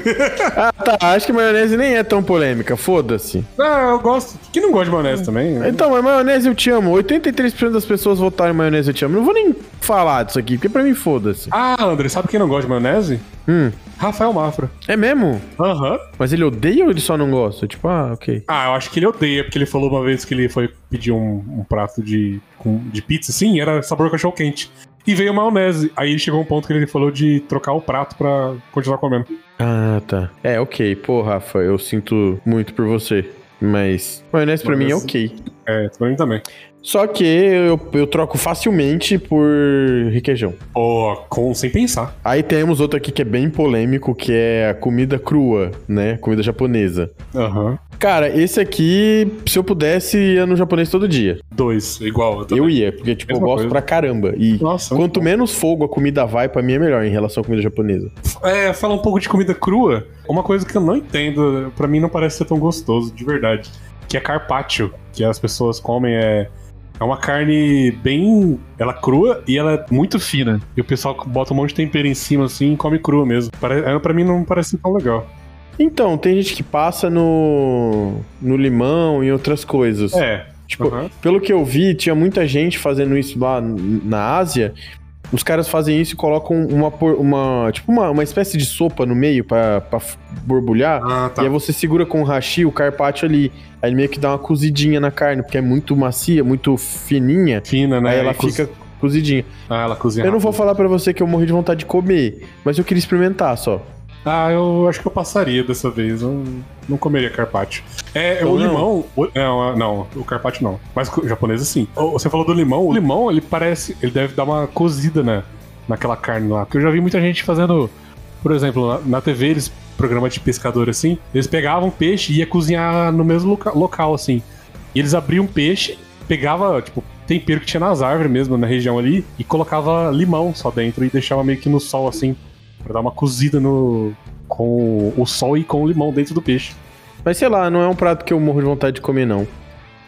Speaker 5: ah, tá. Acho que maionese nem é tão polêmica. Foda-se.
Speaker 4: Ah, eu gosto. Quem não gosta de maionese também? né?
Speaker 5: Então, mas maionese eu te amo. 83% das pessoas votaram em maionese eu te amo. Não vou nem falar disso aqui, porque pra mim foda-se.
Speaker 4: Ah, André, sabe quem não gosta de maionese?
Speaker 5: Hum.
Speaker 4: Rafael Mafra.
Speaker 5: É mesmo?
Speaker 4: Aham.
Speaker 5: Mas ele odeia ou ele só não gosta? Tipo, ah, ok.
Speaker 4: Ah, eu acho que ele odeia, porque ele falou uma vez que ele foi pedir um, um prato de, com- de pizza, sim, era sabor cachorro quente. E veio maionese. Aí chegou um ponto que ele falou de trocar o prato pra continuar comendo.
Speaker 5: Ah, tá. É, ok. Pô, Rafa, eu sinto muito por você. Mas maionese pra mim é
Speaker 4: Maionese.
Speaker 5: ok.
Speaker 4: É, pra mim também.
Speaker 5: Só que eu, eu troco facilmente por requeijão.
Speaker 4: Pô, com sem pensar.
Speaker 5: Aí temos outro aqui que é bem polêmico, que é a comida crua, né? Comida japonesa.
Speaker 4: Aham.
Speaker 5: Cara, esse aqui, se eu pudesse, ia no japonês todo dia.
Speaker 4: Dois, igual. Eu também.
Speaker 5: Eu ia, porque, tipo, eu
Speaker 4: Mesma
Speaker 5: gosto
Speaker 4: coisa. Uhum.
Speaker 5: pra caramba. E
Speaker 4: Nossa, muito
Speaker 5: quanto menos fogo a comida vai, pra mim é melhor em relação à comida japonesa.
Speaker 4: É, falar um pouco de comida crua, uma coisa que eu não entendo, pra mim não parece ser tão gostoso, de verdade, que é carpaccio, que as pessoas comem é é uma carne bem, ela é crua e ela é muito fina. E o pessoal bota um monte de tempero em cima assim e come crua mesmo. Pare- é, Pra mim não parece tão legal.
Speaker 5: Então, tem gente que passa no, no limão e outras coisas.
Speaker 4: É.
Speaker 5: Tipo,
Speaker 4: aham.
Speaker 5: Pelo que eu vi, tinha muita gente fazendo isso lá n- na Ásia. Os caras fazem isso e colocam uma, por- uma tipo uma, uma espécie de sopa no meio pra, pra f- borbulhar.
Speaker 4: Ah,
Speaker 5: E
Speaker 4: tá.
Speaker 5: aí você segura com o hashi, o carpaccio ali. Aí ele meio que dá uma cozidinha na carne, porque é muito macia, muito fininha.
Speaker 4: Fina, né?
Speaker 5: aí ela
Speaker 4: E co-
Speaker 5: fica cozidinha.
Speaker 4: Ah, ela cozinha.
Speaker 5: Eu não vou
Speaker 4: rápido.
Speaker 5: falar pra você que eu morri de vontade de comer, mas eu queria experimentar só.
Speaker 4: Ah, eu acho que eu passaria dessa vez. Eu não comeria carpaccio. É,
Speaker 5: Ou
Speaker 4: o
Speaker 5: não?
Speaker 4: limão. o- não, não, o carpaccio não. Mas o japonês sim. O- Você falou do limão. O limão, ele parece. Ele deve dar uma cozida na, naquela carne lá. Porque eu já vi muita gente fazendo. Por exemplo, na, na TV, eles. Programa de pescador assim. Eles pegavam peixe e ia cozinhar no mesmo loca- local assim. E eles abriam peixe, pegava, tipo, tempero que tinha nas árvores mesmo, na região ali, e colocava limão só dentro e deixava meio que no sol assim. Pra dar uma cozida no. com o sol e com o limão dentro do peixe.
Speaker 5: Mas sei lá, não é um prato que eu morro de vontade de comer, não.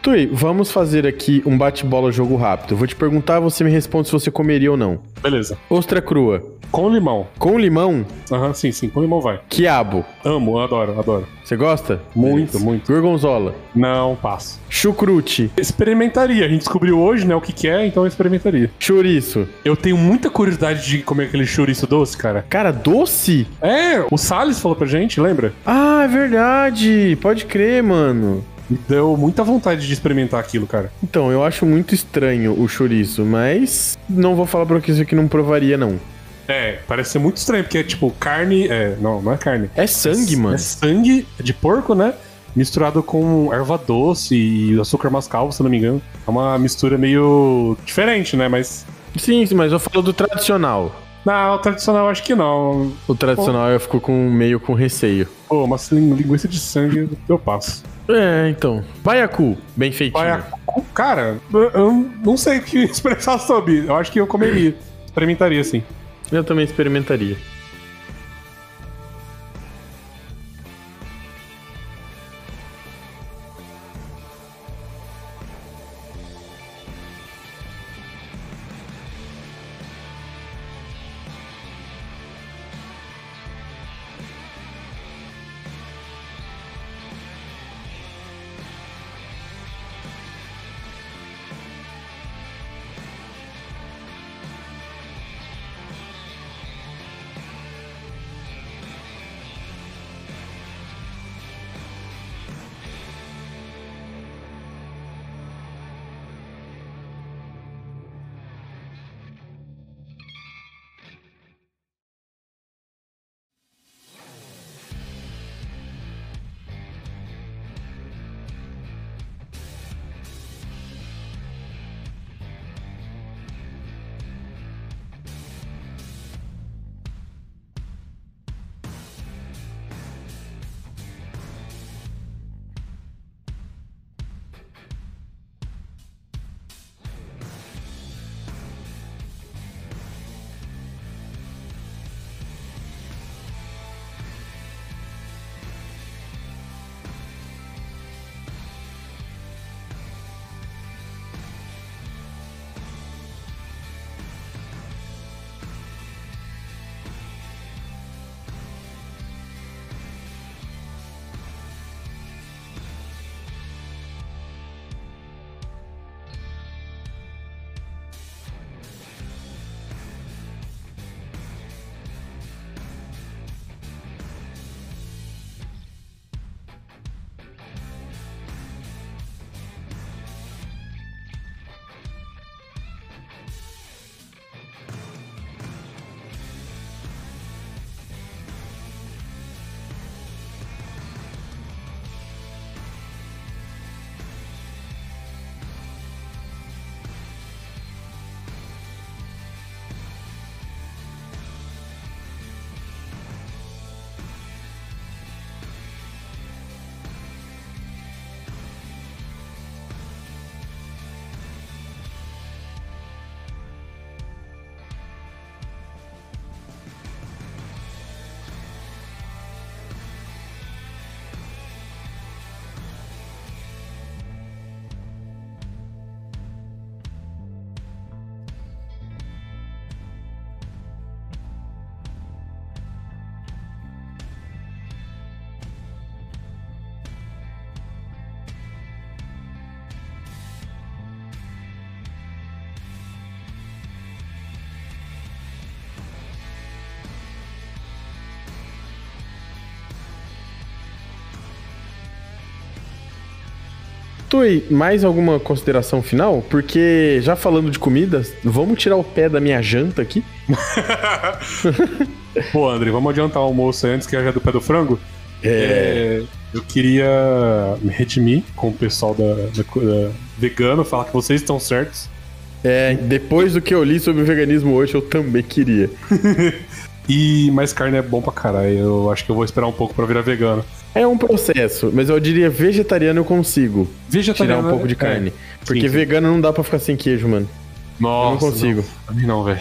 Speaker 5: Tui, vamos fazer aqui um bate-bola jogo rápido. Eu vou te perguntar, você me responde se você comeria ou não.
Speaker 4: Beleza.
Speaker 5: Ostra crua.
Speaker 4: Com limão.
Speaker 5: Com limão,
Speaker 4: Aham, sim, sim, com limão vai.
Speaker 5: quiabo.
Speaker 4: Amo, adoro, adoro.
Speaker 5: Você gosta?
Speaker 4: Muito, muito.
Speaker 5: Gorgonzola.
Speaker 4: Não, passo.
Speaker 5: Chucrute.
Speaker 4: Experimentaria. A gente descobriu hoje, né, o que que é, então eu experimentaria.
Speaker 5: Chouriço.
Speaker 4: Eu tenho muita curiosidade de comer aquele chouriço doce, cara.
Speaker 5: Cara, doce?
Speaker 4: É, o Salles falou pra gente, lembra?
Speaker 5: Ah, é verdade. Pode crer, mano.
Speaker 4: Me deu muita vontade de experimentar aquilo, cara.
Speaker 5: Então, eu acho muito estranho o chouriço, mas não vou falar pra você que isso aqui não provaria, não.
Speaker 4: É, parece ser muito estranho, porque é tipo carne. É, não, não é carne.
Speaker 5: É sangue, mano.
Speaker 4: É sangue de porco, né? Misturado com erva doce e açúcar mascavo, se eu não me engano. É uma mistura meio diferente, né? Mas.
Speaker 5: Sim, sim, mas eu falo do tradicional.
Speaker 4: Não, o tradicional acho que não.
Speaker 5: O tradicional eu fico com, meio com receio.
Speaker 4: Pô, uma lin- linguiça de sangue eu passo.
Speaker 5: É, então. Baiacu, bem feitinho.
Speaker 4: Vai a... Cara, eu- eu não sei o que <laughs> expressar sobre. Eu acho que eu comeria. Experimentaria, assim.
Speaker 5: Eu também experimentaria. Tui, mais alguma consideração final? Porque já falando de comidas, vamos tirar o pé da minha janta aqui?
Speaker 4: Pô, André, vamos adiantar o almoço aí antes que haja do pé do frango? É. eu queria me redimir com o pessoal da, da co- da- vegano, falar que vocês estão certos.
Speaker 5: É, depois do que eu li sobre o veganismo hoje, eu também queria.
Speaker 4: E mais carne é bom pra caralho. Eu acho que eu vou esperar um pouco pra virar vegano.
Speaker 5: É um processo, mas eu diria vegetariano eu consigo tirar
Speaker 4: Vegetariano.
Speaker 5: um pouco de
Speaker 4: é-
Speaker 5: carne. porque
Speaker 4: sim.
Speaker 5: vegano não dá pra ficar sem queijo, mano.
Speaker 4: Nossa,
Speaker 5: eu não consigo.
Speaker 4: Não, pra mim não, velho.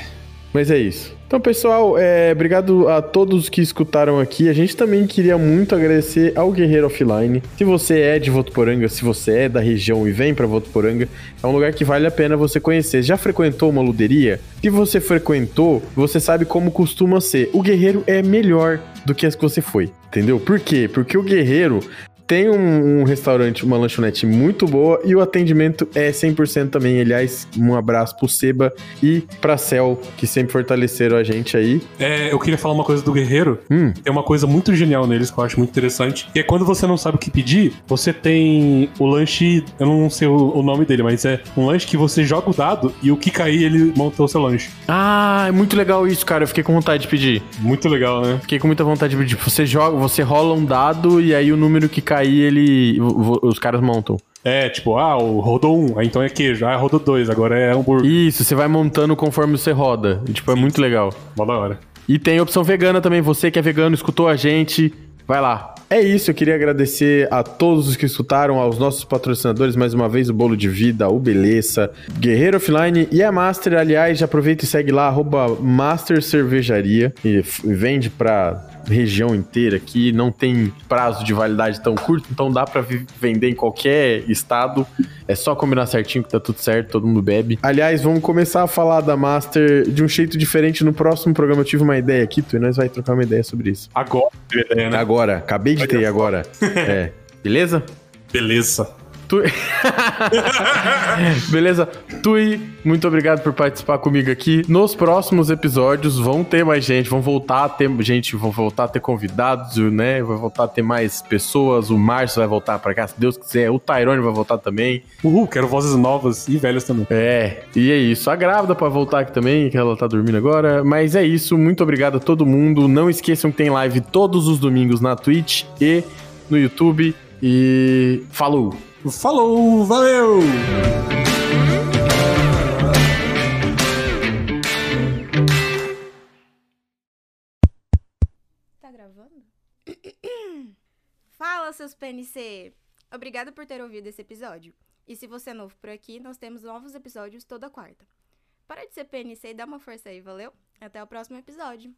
Speaker 5: Mas é isso. Então, pessoal, é, obrigado a todos que escutaram aqui. A gente também queria muito agradecer ao Guerreiro Offline. Se você é de Votuporanga, se você é da região e vem pra Votuporanga, é um lugar que vale a pena você conhecer. Já frequentou uma luderia? Se você frequentou, você sabe como costuma ser. O Guerreiro é melhor do que as que você foi, entendeu? Por quê? Porque o Guerreiro tem um, um restaurante, uma lanchonete muito boa e o atendimento é 100% também. Aliás, um abraço pro Seba e pra Cel, que sempre fortaleceram a gente aí.
Speaker 4: É, eu queria falar uma coisa do guerreiro.
Speaker 5: Hum.
Speaker 4: Tem uma coisa muito genial neles que eu acho muito interessante. Que é quando você não sabe o que pedir, você tem o lanche. Eu não sei o, o nome dele, mas é um lanche que você joga o dado e o que cair ele monta o seu lanche.
Speaker 5: Ah, é muito legal isso, cara. Eu fiquei com vontade de pedir.
Speaker 4: Muito legal, né?
Speaker 5: Fiquei com muita vontade de pedir. Você joga, você rola um dado e aí o número que cair, ele. vo- vo- Os caras montam.
Speaker 4: É, tipo, ah, o- rodou um, ah, então é queijo. Ah, rodou dois, agora é hambúrguer.
Speaker 5: Isso, você vai montando conforme você roda. E, Tipo, é muito legal.
Speaker 4: Mó da hora.
Speaker 5: E tem a opção vegana também. Você que é vegano, escutou a gente, vai lá. É isso, eu queria agradecer a todos os que escutaram, aos nossos patrocinadores, mais uma vez, o Bolo de Vida, o Beleza, Guerreiro Offline e a Master, aliás, já aproveita e segue lá, arroba Master Cervejaria, e f- vende pra região inteira aqui, não tem prazo de validade tão curto, então dá pra vi- vender em qualquer estado, é só combinar certinho que tá tudo certo, todo mundo bebe. Aliás, vamos começar a falar da Master de um jeito diferente no próximo programa, eu tive uma ideia aqui, tu, e nós vai trocar uma ideia sobre isso.
Speaker 4: Agora, eu tive ideia, né?
Speaker 5: Agora, acabei de ter agora. É. Beleza?
Speaker 4: Beleza.
Speaker 5: Tu... Beleza? Tui, muito obrigado por participar comigo aqui. Nos próximos episódios vão ter mais gente, vão voltar a ter gente, vão voltar a ter convidados, né? Vai voltar a ter mais pessoas. O Márcio vai voltar pra cá, se Deus quiser. O Tyrone vai voltar também.
Speaker 4: Uhul, quero vozes novas e velhas também.
Speaker 5: É, e é isso. A grávida pode voltar aqui também, que ela tá dormindo agora. Mas é isso. Muito obrigado a todo mundo. Não esqueçam que tem live todos os domingos na Twitch e no YouTube. E falou!
Speaker 4: Falou, valeu!
Speaker 9: Tá gravando? <coughs> Fala, seus PNC! Obrigada por ter ouvido esse episódio. E se você é novo por aqui, nós temos novos episódios toda quarta. Para de ser PNC e dá uma força aí, valeu? Até o próximo episódio.